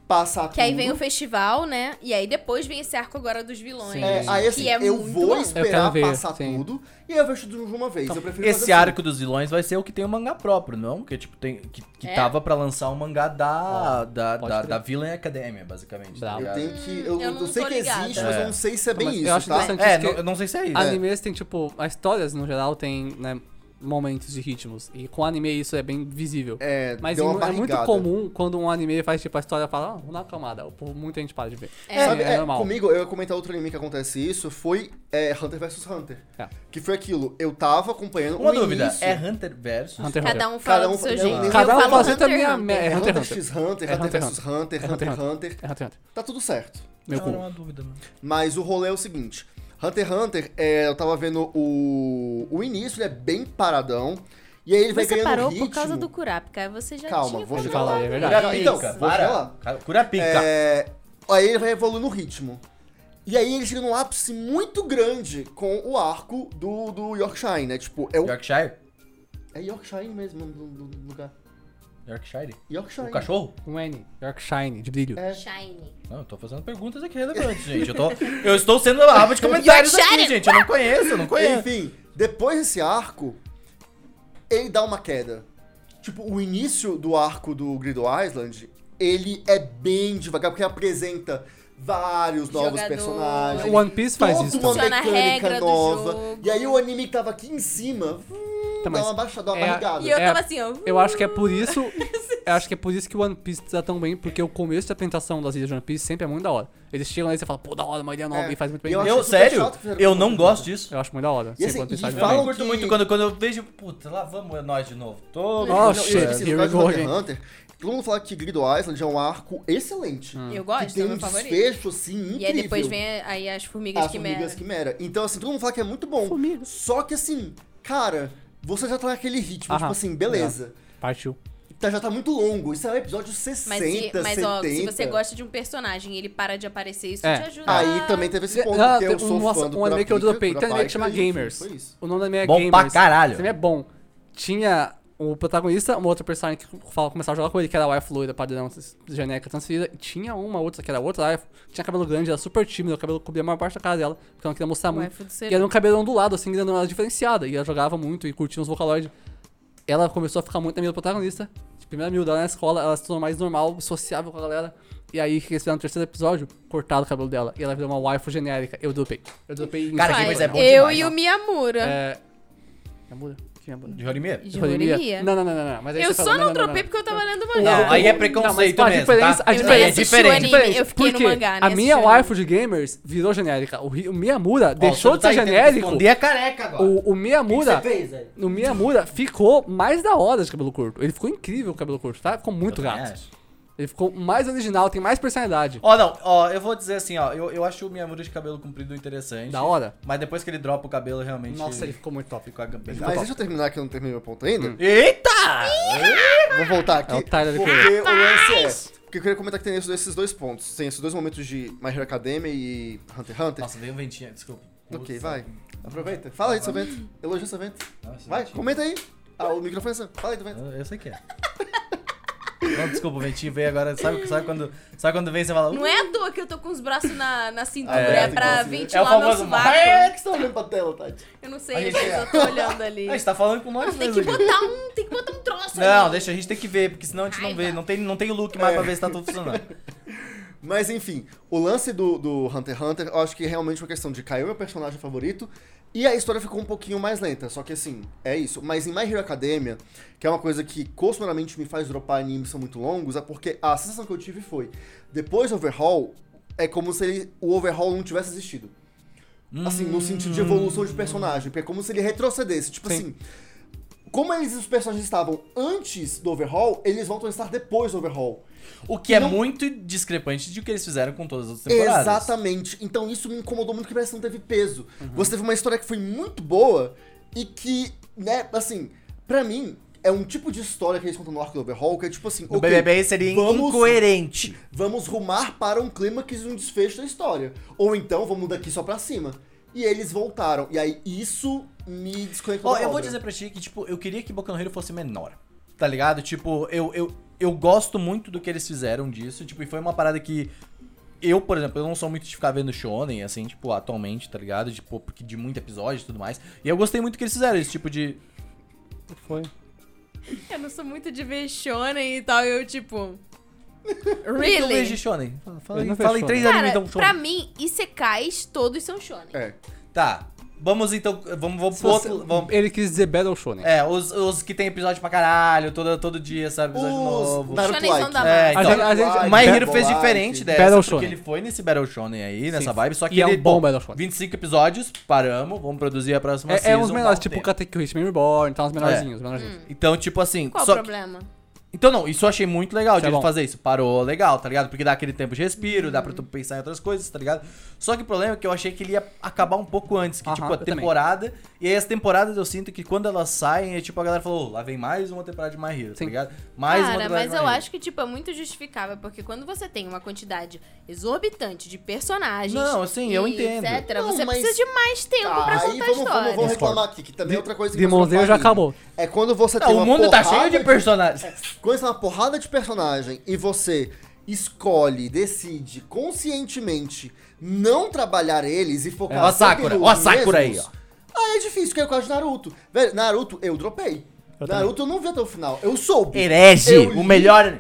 passar
Que aí
tudo.
vem o festival, né? E aí depois vem esse arco agora dos vilões.
Sim.
É, aí assim,
Que é
eu
muito
vou
bom.
Eu quero
esperar
ver,
passar
sim.
tudo e aí eu vejo tudo de uma vez. Eu prefiro
Esse
fazer assim,
arco dos vilões vai ser o que tem o mangá próprio, não? Que tipo tem que, que
É?
tava pra lançar o mangá da
Ó,
da
pode
da,
crer.
da Villain Academia, basicamente. tá
Bravo.
assim. Eu
ligado?
tenho que. Eu,
eu
eu
não
sei
tô
que
ligada.
existe, mas
É.
eu não sei se é bem
Mas eu
isso,
acho
tá?
interessante.
É,
que-
não, eu não sei se é isso.
Animes tem, tipo, as histórias no geral tem, né, momentos de ritmos. E com anime isso é bem visível.
É,
Mas
deu
em-
uma
é muito
barrigada.
comum quando um anime faz, tipo, a história fala, ah, vamos dar uma calmada. O povo, muita gente para de ver.
É.
Sabe,
Sabe, é,
é,
normal.
Comigo, eu ia comentar outro anime que acontece isso, foi é, Hunter vs Hunter.
É.
Que foi aquilo, eu tava acompanhando
Uma
o
dúvida,
início.
é Hunter versus
Hunter x
Cada um
Cada
fala
um
do seu
fala-
jeito.
Não,
Cada
Eu
um
falo
fala assim,
Hunter,
também é
Hunter.
merda.
É
É Hunter
Hunter
x
x Hunter,
É
Hunter
Hunter
vs Hunter, Hunter x Hunter.
É Hunter x Hunter.
Tá tudo certo.
Meu
Não, não é
cu.
uma dúvida, mano.
Mas o rolê é o seguinte: Hunter x Hunter, é, eu tava vendo o. O início, ele é bem paradão. E aí ele vai
Você
ganhando
parou
ritmo.
por causa do Kurapika, você já
Calma,
tinha
vou
falado.
chegar
lá, é verdade.
Curapica,
Então, vou
para.
falar.
Ca- Curapica.
É, aí ele vai evoluindo o ritmo. E aí ele chega num ápice muito grande com o arco do, do Yorkshire, né? Tipo, é o.
Yorkshire?
É Yorkshire mesmo, o nome do, do- do lugar.
Yorkshire?
Yorkshire.
O cachorro?
Um N. Yorkshire, de brilho.
É.
Shiny.
Não, eu tô fazendo perguntas aqui relevantes, gente. Eu, tô, eu estou sendo a aba de comentários aqui,
Yorkshire!
gente. Eu não conheço, eu não conheço.
Enfim, depois desse arco, ele dá uma queda. Tipo, o início do arco do Grido Island, ele é bem devagar, porque apresenta vários novos
Jogador.
personagens.
One Piece faz
toda
isso.
uma
Funciona a regra
mecânica
do
nova.
jogo.
E aí o anime que tava aqui em cima, hum,
Tá,
dá
mas
uma baixada, dá uma
é a-
barrigada.
E eu
É,
tava assim, ó.
Eu acho que é por isso.
<laughs>
eu acho que é por isso que o One Piece tá tão bem, porque o começo de apresentação das ilhas de One Piece sempre é muito da hora. Eles chegam lá e você fala, pô, da hora, uma ilha nova,
É.
e faz muito
E
bem.
eu
Eu,
acho
eu,
super
Eu, sério,
chato que fizeram
eu
com
não
o-
gosto disso.
acho muito da hora.
E assim,
One Piece
e
faz
é Eu
muito
falam
não
bem.
curto
que-
muito quando, quando eu vejo. Puta, lá vamos é nós de novo. Todo
Oh,
Não, eu
shit,
esqueci,
here we
no caso de
go
Hunter x
again.
Hunter, todo mundo fala que Grido Island é um arco excelente.
Eu
que
gosto,
tem
é meu
um
favorito.
desfecho, assim, incrível.
E aí depois vem aí as formigas
As
que
Formigas Quimera. Então, assim, todo mundo fala que é muito bom.
Formigas.
Só que, assim, cara, você já tá naquele ritmo,
Aham.
tipo assim, beleza.
Partiu.
Tá, já tá muito longo. Isso é o episódio 60,
Mas, e- mas
70.
ó, se você gosta de um personagem e ele para de aparecer, isso
É.
te ajuda.
Aí também teve esse ponto,
Ah,
porque eu
tem-
sou
nossa,
fã do
um anime que eu
Kurapika,
dropei. Tem um anime que chama
Kurapika, e
Gamers.
Foi isso.
O nome da minha é
Bom
Gamers.
pra caralho.
Esse anime é bom. Tinha o protagonista, uma outra personagem que fala, começava a jogar com ele, que era a wife loira, padrão, genética, transferida. E tinha uma outra, que era outra wife, tinha cabelo grande, era super tímida, o cabelo cobria a maior parte da cara dela, porque ela não queria mostrar muito.
Waifu do
E era um cabelo ondulado, assim, grandão, ela diferenciada. E ela jogava muito e curtia os vocaloides. Ela começou a ficar muito amiga do protagonista. De primeira amiga dela na escola, ela se tornou mais normal, sociável com a galera. E aí, o que eles fizeram no terceiro episódio? Cortaram o cabelo dela. E ela virou uma waifu genérica. Eu dropei. Eu dropei em
Cara,
Vai,
mas é bom
eu
demais,
e
ó.
o Miyamura.
É. Yamura? Que Yamura?
De Horimiya?
De
Rolimia?
Rolimia.
Não, não, não, não, não. Mas aí
Eu
você
só
falou,
não dropei porque eu tava lendo mangá.
Não, aí é
Não, mas
preconceito
pô, a
mesmo,
diferença,
tá?
a
Aí
diferença
é
assisti o
diferente.
anime. eu fiquei no
porque
mangá, né,
A minha
assistindo.
wife de gamers virou genérica. O, Ri- o Miyamura
Ó,
deixou
você
de ser
não tá entendendo,
genérico.
esconder a careca agora.
O, o Miyamura.
fez, velho?
O Miyamura ficou mais da hora de cabelo curto. Ele ficou incrível com o cabelo curto, tá? Ficou muito
Eu também
gato.
acho.
Ele ficou mais original, tem mais personalidade.
Ó, não, ó, eu vou dizer assim, ó, eu, eu acho o Miyamura de cabelo comprido interessante.
Da hora.
Mas depois que ele dropa o cabelo, realmente.
Nossa, ele ficou muito top.
ficou a gambê.
Mas deixa eu terminar que eu não terminei meu ponto ainda.
Eita!
Vou voltar aqui.
É o Tyler
porque
Perry.
o lance é. Porque eu queria comentar que tem esses dois- esses dois pontos. Tem esses dois momentos de My Hero Academia e Hunter x Hunter.
Nossa, veio um ventinho, desculpa.
ok,
Putz,
vai. Aproveita. Fala aí do seu vento. Elogia seu vento.
nossa,
Vai,
ventinho.
comenta aí. Ah, o microfone é seu. Fala aí do vento.
Eu, eu sei que é. Não, desculpa, o ventinho veio agora. Sabe, sabe, quando, sabe quando vem e você fala.
Não é à toa que eu tô com os braços na, na cintura,
É,
é, pra
sim.
É o
ventilar o meu
famoso
sovaco.
que você tá olhando pra tela, Tati?
Eu não
É. A
sei,
gente
mas
é.
eu tô <laughs> olhando ali.
"Ah, A gente tá falando com nós
Nossa, tem
mesmo.
que
aqui."
botar um, tem que botar um troço
Não,
ali.
deixa, a gente tem que ver, porque senão a gente não
Raiva.
vê. Não tem, não tem look mais
É.
pra ver se tá tudo funcionando.
<laughs> Mas enfim, o lance do, do Hunter x Hunter, eu acho que é realmente foi questão de caiu meu personagem favorito e a história ficou um pouquinho mais lenta. Só que assim, é isso. Mas em My Hero Academia, que é uma coisa que costumeiramente me faz dropar animes que são muito longos, é porque a sensação que eu tive foi: depois do Overhaul, é como se ele- o Overhaul não tivesse existido. Assim, no sentido de evolução de personagem, porque é como se ele retrocedesse. Tipo
Sim.
assim. Como eles, os personagens estavam antes do overhaul, eles voltam a estar depois do overhaul.
O que é
Não-
muito discrepante de o que eles fizeram com todas as outras temporadas.
Exatamente. Então isso me incomodou muito que parece que não teve peso. Você teve uma história que foi muito boa e que, né, assim, pra mim, é um tipo de história que eles contam no arco do Overhaul que é tipo assim,
O
ok,
BBB seria
vamos-
incoerente.
vamos rumar para um clímax e um desfecho da história. Ou então vamos daqui só pra cima. E eles voltaram. E aí isso me desconectou.
Ó,
da
eu vou
obra.
dizer pra ti que, tipo, eu queria que Boku no Hero fosse menor. Tá ligado? Tipo, eu, eu, eu gosto muito do que eles fizeram disso. Tipo, e foi uma parada que. Eu, por exemplo, eu não sou muito de ficar vendo Shonen, assim, tipo, atualmente, tá ligado? Tipo, porque de muito episódio e tudo mais. E eu gostei muito que eles fizeram esse tipo de.
Foi.
Eu não sou muito de ver shonen e tal, eu tipo...
Eu vejo
Really?
Shonen. Fala, fala,
Eu não
em-
vejo
fala em
shonen.
três animes,
Cara,
então,
pra
Shonen.
mim, Isekais todos são shonen.
É.
Tá. Vamos então. Vamos, vamos
Se
pro
você-
outro. Vamos,
Ele quis dizer Battle Shonen.
é, os, os que tem episódio pra caralho, todo, todo dia, sabe? Episódio novo.
Os
Shonen são da
É,
Marvel.
A gente- a
então,
gente-
o
Battle
My Hero fez
Light.
diferente dessa,
Battle
porque
Shonen.
ele foi nesse Battle Shonen aí, nessa
Sim.
vibe, só que
E é
ele,
um bom Battle Shonen.
25 episódios, paramos, vamos produzir a próxima
É, é
season,
uns
dá
menores,
um
tipo
tempo.
Kateki Hitman Reborn, tá uns menorzinhos, menorzinhos.
Então, tipo assim,
Qual o
só que-
problema?
Então não, isso eu achei muito legal
Isso
de
é
ele
bom.
fazer isso. Parou, legal, tá ligado? Porque dá aquele tempo de respiro, dá pra tu pensar em outras coisas, tá ligado? Só que o problema é que eu achei que ele ia acabar um pouco antes, que
Aham,
tipo, a
eu também.
temporada... E aí as temporadas eu sinto que quando elas saem, é tipo, a galera falou, "Oh, lá vem mais uma temporada de My Hero, tá
Sim.
ligado? Mais uma
Cara,
temporada
mas
de My
eu
Hero.
acho que, tipo, é muito justificável, porque quando você tem uma quantidade exorbitante de personagens.
Não, assim, eu
e
entendo.
Etc.,
Não,
você
mas-
precisa de mais tempo
Tá,
pra
aí
contar a
vamos,
história.
vamos, vamos
Discordo.
reclamar aqui, que também é outra coisa que
De
mostra
Monzinho
pra
já
mim.
acabou.
É quando você tem
Não,
uma
o mundo tá
porrada
cheio de
<laughs>
personagens.
É.
Quando você tem uma porrada de personagem e você escolhe, decide conscientemente não trabalhar eles e focar
É, ó a
sempre
Sakura,
nos
ó a Sakura aí, ó.
Ah, é difícil, que é o caso de Naruto. Velho, Naruto eu dropei.
Eu também.
Naruto eu não vi até o final. Eu soube.
Herege,
Eu
o
li-
melhor.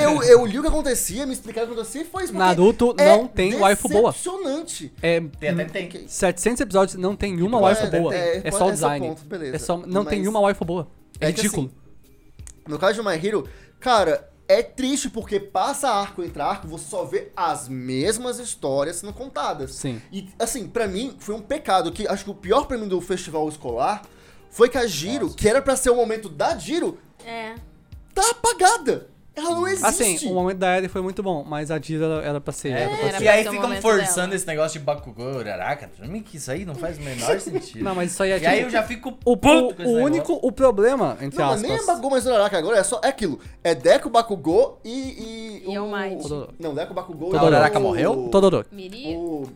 Eu, eu li o que acontecia, me explicaram o que acontecia e foi isso. porque é
Naruto não tem waifu boa.
Decepcionante.
É,
Tem até tem.
700 episódios, não tem uma
Pode
waifu
até
boa.
ter,
É,
pode-
só o
esse é o
design.
ponto, beleza.
É só, não tem
Mas-
uma waifu boa. É,
É que
ridículo.
No caso de My Hero, cara, é triste porque passa arco entre arco, você só vê as mesmas histórias sendo contadas.
Sim.
E, assim, pra mim, foi um pecado que acho que o pior pra mim do festival escolar foi que a Giro, que era pra ser o momento da Giro,
É.
tá apagada. Ela não existe.
Assim, o momento da Eren foi muito bom, mas a Jira era- era pra ser. Era pra
era
e
ser.
pra
aí
ser o
ficam
momento
forçando
dela.
esse negócio de Bakugou, Uraraka. Pra mim, que isso aí não faz o menor sentido.
Não, mas isso aí é
E aí
tipo-
eu já fico
O,
puto com
o,
esse
o
negócio.
único o problema, entre
Não, mas
aspas.
nem é Bakugou mais Uraraka agora, é só é aquilo. É Deco, Bakugou e.
E é o Might.
Todoroki.
Não, Deco, Bakugou
Ah, o Uraraka
o-
morreu?
Todoroki.
O, é,
Miri? Ah, o
O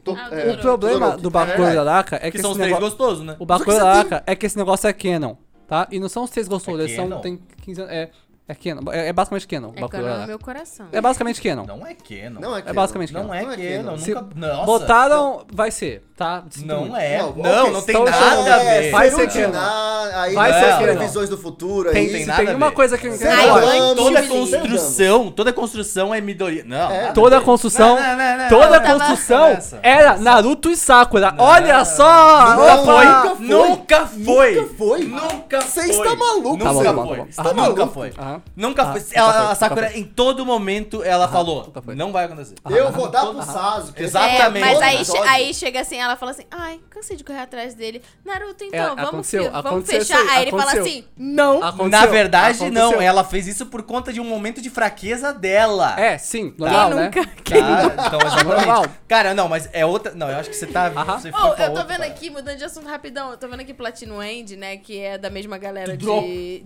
Todoroki.
problema do
Todoroki.
Bakugou Uraraka é que,
Que são
esse
os três
negócio...
gostosos, né?
O
que
Bakugou
você
Uraraka é que esse negócio é canon, tá? E não são os três gostosos,
É
eles são...
canon.
Tem 15 anos... É, é canon. É, é basicamente canon,
É
Bakugou
cano no
Uraraka.
meu coração.
É basicamente canon.
Não é Canon.
Não é Canon.
basicamente
Não é
Não é
Canon.
canon.
Se
Nunca... Nossa.
Botaram... Vai ser, tá? Sinto
Não
muito.
é. Não,
Não,
não,
ok,
tem
então
nada a
é,
ver.
vai ser
Não.
Canon.
Tinar, aí
Vai
vai
ser
ser
Canon.
previsões do futuro,
Tem-
aí
tem
Se
nada
tem
a
uma
ver.
coisa que... é,
Sei
Ai,
Olha,
lá.
Toda, toda
Sim.
construção, toda construção é Midori. Não. nada a
Toda a
ver.
construção,
Não, não, não, não,
toda a
não, não.
construção
Nessa,
era
nessa.
Naruto e Sakura. Olha só!
Não
opa!
foi.
Nunca
Nunca
foi!
foi. Nunca foi.
Nunca
Você
foi.
está maluco,
Nunca
Tá bom, tá bom,
foi!
tá bom.
Está
Aham.
nunca
Aham.
foi!
Aham.
Nunca
Aham.
foi!
Ah. Nunca
Ela-
foi,
a
nunca
Sakura, em todo momento, ela falou:
nunca foi.
não vai acontecer.
Eu vou dar pro Sasuke.
Exatamente.
É, mas aí,
Episódio.
che- aí chega assim, ela fala assim, ai, cansei de correr atrás dele. Naruto, então,
É,
vamos,
aconteceu,
filho, vamos
aconteceu
fechar.
isso aí,
Aí, ele fala
aconteceu.
assim, não.
Aconteceu,
Na verdade,
aconteceu.
não. é Ela fez isso por conta de um momento de fraqueza dela.
É, sim, normal, né?
nunca?
Tá? Então,
Normal.
exatamente. Cara, não, mas é outra. Não, eu acho que você tá.
Aham.
Você foi
Oh,
pra
eu tô
outra
vendo
parada.
aqui, mudando de assunto rapidão, eu tô vendo aqui Platino End, né, que é da mesma galera
Dropou?
de,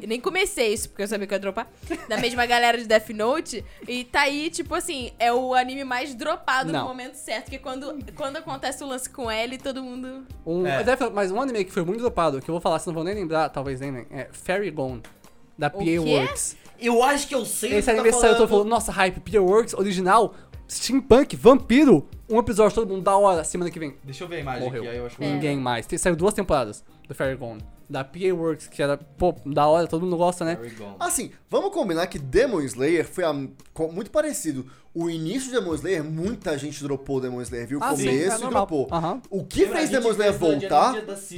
de... Nem comecei isso, porque eu sabia que eu ia dropar. Da mesma galera de Death Note, e tá aí, tipo assim, é o anime mais dropado
Não.
no momento certo, que quando, quando acontece o lance com ele, todo mundo...
Um,
É.
deve- Mas um anime que foi muito dopado, que eu vou falar, vocês não vão nem lembrar, talvez lembrem, é Fairy Gone, da PA
quê?
Works.
Eu acho que eu sei
Esse
o que
anime
tá
saiu, todo
falando.
mundo falou, nossa, hype, PA Works, original, steampunk, vampiro, um episódio todo mundo da hora, semana que vem.
Deixa eu ver a imagem
Morreu.
aqui, aí eu
É.
acho que.
Ninguém mais. Te- Saiu duas temporadas do Fairy Gone. Da PA Works, que era, pô, da hora, todo mundo gosta, né?
Assim, vamos combinar que Demon Slayer foi a- co- muito parecido. O início de Demon Slayer, muita gente dropou Demon Slayer, viu? O
Ah, sim, é
começo
normal.
dropou.
Aham.
O que fez Demon Slayer voltar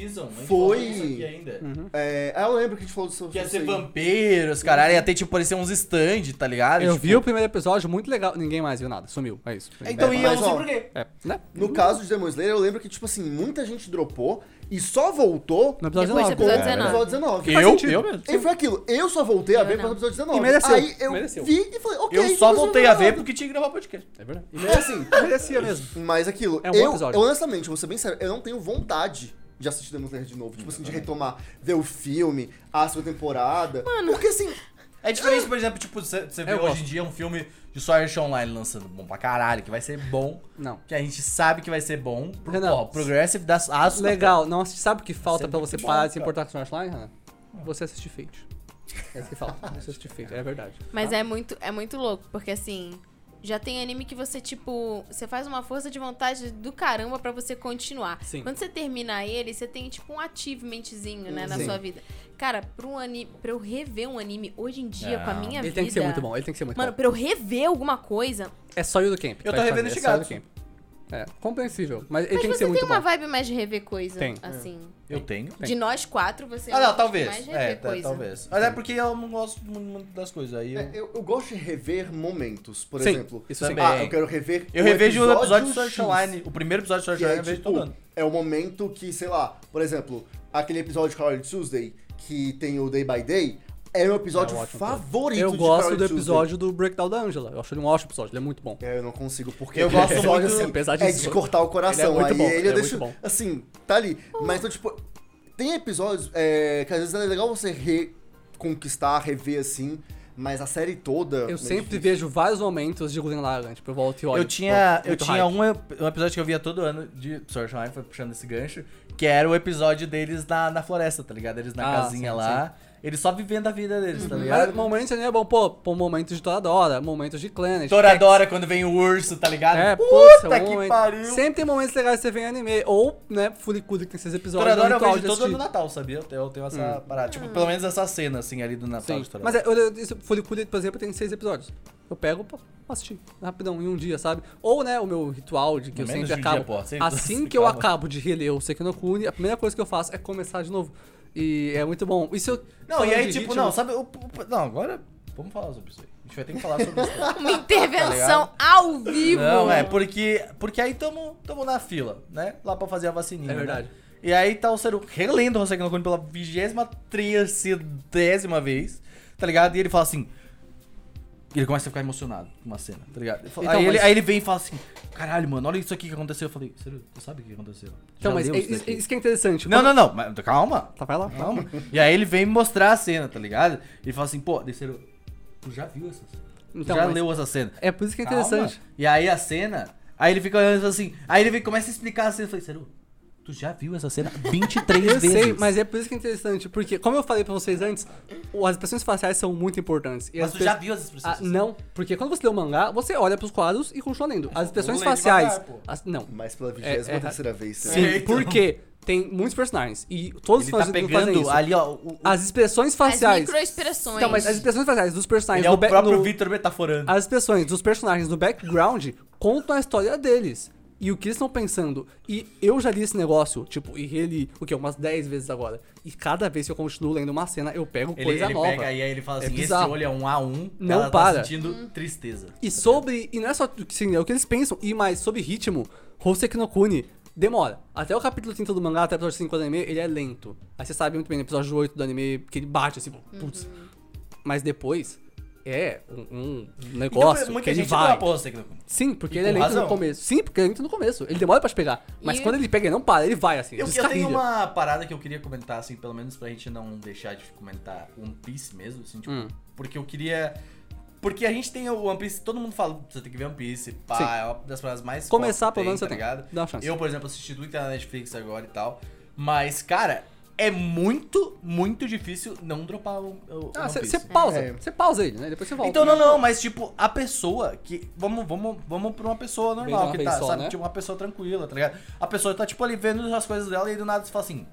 foi-
Hum.
é. Ah, eu lembro que a gente falou sobre
Que ia
isso.
ser
aí.
vampiros, caralho. Ia ter, tipo, parecer uns stand, tá ligado?
Eu
Tipo,
vi o primeiro episódio, muito legal, ninguém mais viu nada, sumiu, é isso.
Então,
É,
e eu
mas,
não sei
ó,
por quê.
É, né?
No caso de Demon Slayer, eu lembro que, tipo assim, muita gente dropou e só voltou
No episódio É.
Depois do
19.
com o
episódio
episódio
19.
19.
Eu? Eu mesmo.
E foi aquilo. Eu só voltei a
Eu
ver
não.
pelo episódio 19.
E mereceu,
Aí eu
mereceu.
vi e falei, ok. então
Eu só
mas
voltei
não
a ver
vou
porque tinha que gravar podcast.
É verdade. E
nada. É assim,
merecia mesmo.
Mas aquilo,
É um bom
eu,
episódio.
eu honestamente, vou ser bem sério, eu não tenho vontade de assistir Demon Slayer de novo. Tipo assim, de retomar, ver o filme, a segunda temporada. Mano. Porque assim,
É diferente, por exemplo, tipo, você você vê
Eu
hoje
gosto.
em dia um filme de Sword Art Online lançando bom pra caralho, que vai ser bom.
Não.
Que a gente sabe que vai ser bom. Pro,
Renan,
ó, Progressive das Aspas.
Legal, não, você sabe o que falta
Você é
pra você
muito
parar
bom,
de se
cara.
importar com Smash Line, Renan? Você assistir Fate. É isso que
<laughs>
falta. Você assistir Fate, é verdade.
Mas é muito, é muito louco, porque assim, já tem anime que você, tipo, você faz uma força de vontade do caramba pra você continuar.
Sim.
Quando você termina ele, você tem, tipo, um achievementzinho, né, na
Sim.
sua vida. Cara, pra, um anime, pra eu rever um anime hoje em dia com a
Não.
minha
Ah, Ele
vida.
tem que ser muito bom, ele tem que ser muito
Mano,
bom.
pra eu rever alguma coisa.
É só o do Camp.
Eu tô
Fairy Tail,
revendo
é só
Shigatsu.
Yudo Camp. É, compreensível, mas ele
Mas
tem que
você
ser
tem
muito
uma
bom.
vibe mais de rever coisa,
Tem. É.
assim.
Eu tenho.
De nós quatro, você é
Ah,
o
não,
que mais
talvez.
rever
É, tá-
coisa.
talvez. Mas é porque eu não gosto mu- muito das coisas. Aí eu.
é, eu, eu gosto de rever momentos, por
Sim,
exemplo.
isso sim.
Ah, eu quero rever.
Eu revejo o episódio de Sword
X,
Art Online. O primeiro episódio de Sword
Que
Art
é,
Online eu vejo
tipo,
todo ano.
é o momento que, sei lá, por exemplo, aquele episódio de Carol Tuesday, que tem o Day by Day, é meu episódio
É um ótimo
favorito
Eu
de
gosto
Carol
do
Tuesday.
episódio do Breakdown da Angela. Eu acho ele um ótimo episódio, ele é muito bom.
É, Eu não consigo, porque
Eu gosto
<laughs> o episódio,
muito-
assim,
apesar
é
disso,
de cortar o coração.
ele é muito
aí
bom,
ele
ele é
eu deixo,
muito bom.
assim, tá ali. Mas, então, tipo, tem episódios é, que às vezes é legal você reconquistar, rever, assim, mas a série toda... é
Eu sempre vejo vários momentos de Gurren Lagann, tipo, eu volto e olho.
Eu tinha,
Pô,
eu
muito
tinha
hype.
um, ep- um episódio que eu via todo ano de Sword Art Online, foi puxando esse gancho, que era o episódio deles na, na floresta, tá ligado? Eles na
Ah,
casinha
sim,
lá. Eles só vivendo a vida deles, tá ligado?
Mas momentos ali é bom, pô, pô, momentos de Toradora, momentos de Clannad.
Toradora quando vem o urso, tá ligado?
É,
Puta
poxa, um
que
momento-
pariu!
Sempre tem momentos legais que você vê em anime. Ou, né, Furikuri, que tem seis episódios. é um
Toradora eu
ritual
vejo
de
todo
assistir.
ano no Natal, sabia? Eu tenho, eu tenho essa parada. Tipo, pelo menos essa cena, assim, ali do Natal
Hum. Sim.
de Toradora.
Mas é, eu, eu, isso, Furikuri, por exemplo, tem seis episódios. Eu pego, pô, assisti rapidão, em um dia, sabe? Ou, né, o meu ritual de que eu
Menos
sempre
de um dia,
acabo.
pô, sempre- <laughs>
assim que eu
calma.
acabo de reler o Sekinokuni, a primeira coisa que eu faço é começar de novo. E é muito bom. Isso eu.
Não,
falando
e aí,
de
tipo,
ritmo-
não, sabe... o- o- não, agora... Vamos falar sobre isso aí. A gente vai ter que falar
<laughs>
sobre isso. aí.
Tá
Uma intervenção ao vivo.
Não, é, porque, porque aí tamo, tamo na fila, né? Lá pra fazer a vacininha.
É verdade.
né? E aí tá o Seru relendo o Hoseki no Kuni pela 23 vez, tá ligado? E ele fala assim. Ele começa a ficar emocionado com uma cena, tá ligado? Ele fala-
Então,
aí, ele,
mas-
aí ele vem e fala assim: caralho, mano, olha isso aqui que aconteceu. Eu falei: Seru, tu sabe o que aconteceu?
Então,
Já
mas
leu
é-
isso
isso,
daqui?"
isso que é interessante.
Não, não, não, mas calma.
Tá, vai lá. <laughs>
Calma. E aí ele vem me mostrar a cena, tá ligado? Ele fala assim, pô, Desceru, tu já viu essa cena? Tu
Então,
já
mas-
leu essa cena?
É por isso que é
Calma.
interessante.
E aí a cena, aí ele fica olhando e fala assim, aí ele vem- começa a explicar a cena, eu falei, Seru, tu já viu essa cena 23
<laughs> Eu
vezes?
sei, mas é por isso que é interessante. Porque, como eu falei pra vocês antes, o- as expressões faciais são muito importantes. E
Mas
as
tu
pe-
já viu as expressões?
é- Ah, não, porque quando você lê o mangá, você olha pros quadros e continua lendo. As expressões
vou ler
faciais.
devagar, pô.
as- não.
Mas pela
É, é
23 terceira vez.
Sim,
né?
então.
porque tem muitos personagens. E todos
Ele
os
tá
fãs de Naruto fazem
pegando
isso.
ali, ó, o, o-
As expressões
As
faciais.
microexpressões.
Então, mas as expressões faciais dos personagens
ele é
no
o
back-
próprio
no-
Victor metaforando.
as expressões dos personagens no background contam a história deles. E o que eles estão pensando. E eu já li esse negócio, tipo, e reli, o quê? Umas 10 vezes agora. E cada vez que eu continuo lendo uma cena, eu pego
Ele,
coisa
ele
nova.
pega e aí ele fala
É
assim, esse
bizarro.
olho é um A1,
Não
ela tá
para.
sentindo tristeza.
E sobre. E não é só o que- sim, é o que eles pensam, e mais sobre ritmo, Hoseki no Kuni demora. Até o capítulo 30 do mangá, até o episódio 5 do anime, ele é lento. Aí você sabe muito bem no episódio 8 do anime que ele bate assim, putz. Mas depois é um, um negócio
então, muita
que ele
gente não
vai.
aposta aqui no-
Sim, porque
E
ele é
com
lento
razão.
no começo. Sim, porque ele é lento no começo. Ele demora pra te pegar. Mas
E-
quando ele pega, ele não para, ele vai assim.
Eu, eu
descarrilha.
tenho uma parada que eu queria comentar, assim, pelo menos pra gente não deixar de comentar One Piece mesmo, assim, tipo,
Hum.
porque eu queria. Porque a gente tem o One Piece, todo mundo fala, você tem que ver One Piece, pá,
Sim.
é uma das paradas mais
Começar,
fortes
pelo menos,
que
você tem.
tá ligado?
Dá uma chance.
Eu, por exemplo, assisti tudo que tá na Netflix agora e tal, mas, cara, é muito, muito difícil não dropar o, o
Ah,
One
você
Piece.
você pausa.
É.
Você pausa ele, né? Depois você volta.
Então, não, não, mas tipo, a pessoa que. Vamos, vamos, vamos pra uma pessoa normal,
Bem de uma
que
vez
tá,
só,
sabe?
né?
Tipo, uma pessoa tranquila, tá ligado? A pessoa tá, tipo, ali vendo as coisas dela e do nada você fala assim.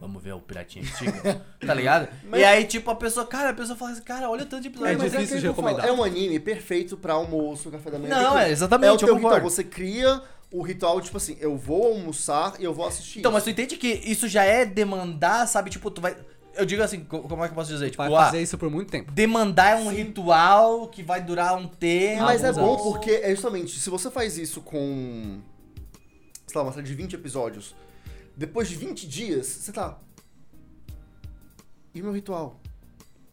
Vamos ver o Piratinha
<laughs>
Estica, tá ligado? E aí, tipo, a pessoa, cara, a pessoa fala assim, cara, olha o tanto de episódio.
É
mas
difícil
aquilo
de
que eu falo,
recomendar.
É um anime perfeito pra almoço, café da manhã.
Não,
perfeito.
é, exatamente,
É o
eu
teu ritual.
concordo.
Você cria o ritual, tipo assim, eu vou almoçar e eu vou assistir.
Então, mas tu entende que isso já é demandar, sabe? Tipo, tu vai. Eu digo assim, co- como é que eu posso dizer? Tipo,
Vai
ah,
fazer isso por muito tempo.
demandar é um ritual que vai durar um tempo.
Mas é
Alguns
bom
anos.
porque, é justamente, se você faz isso com, sei lá, uma série de 20 episódios, depois de 20 dias, você tá... E o meu ritual?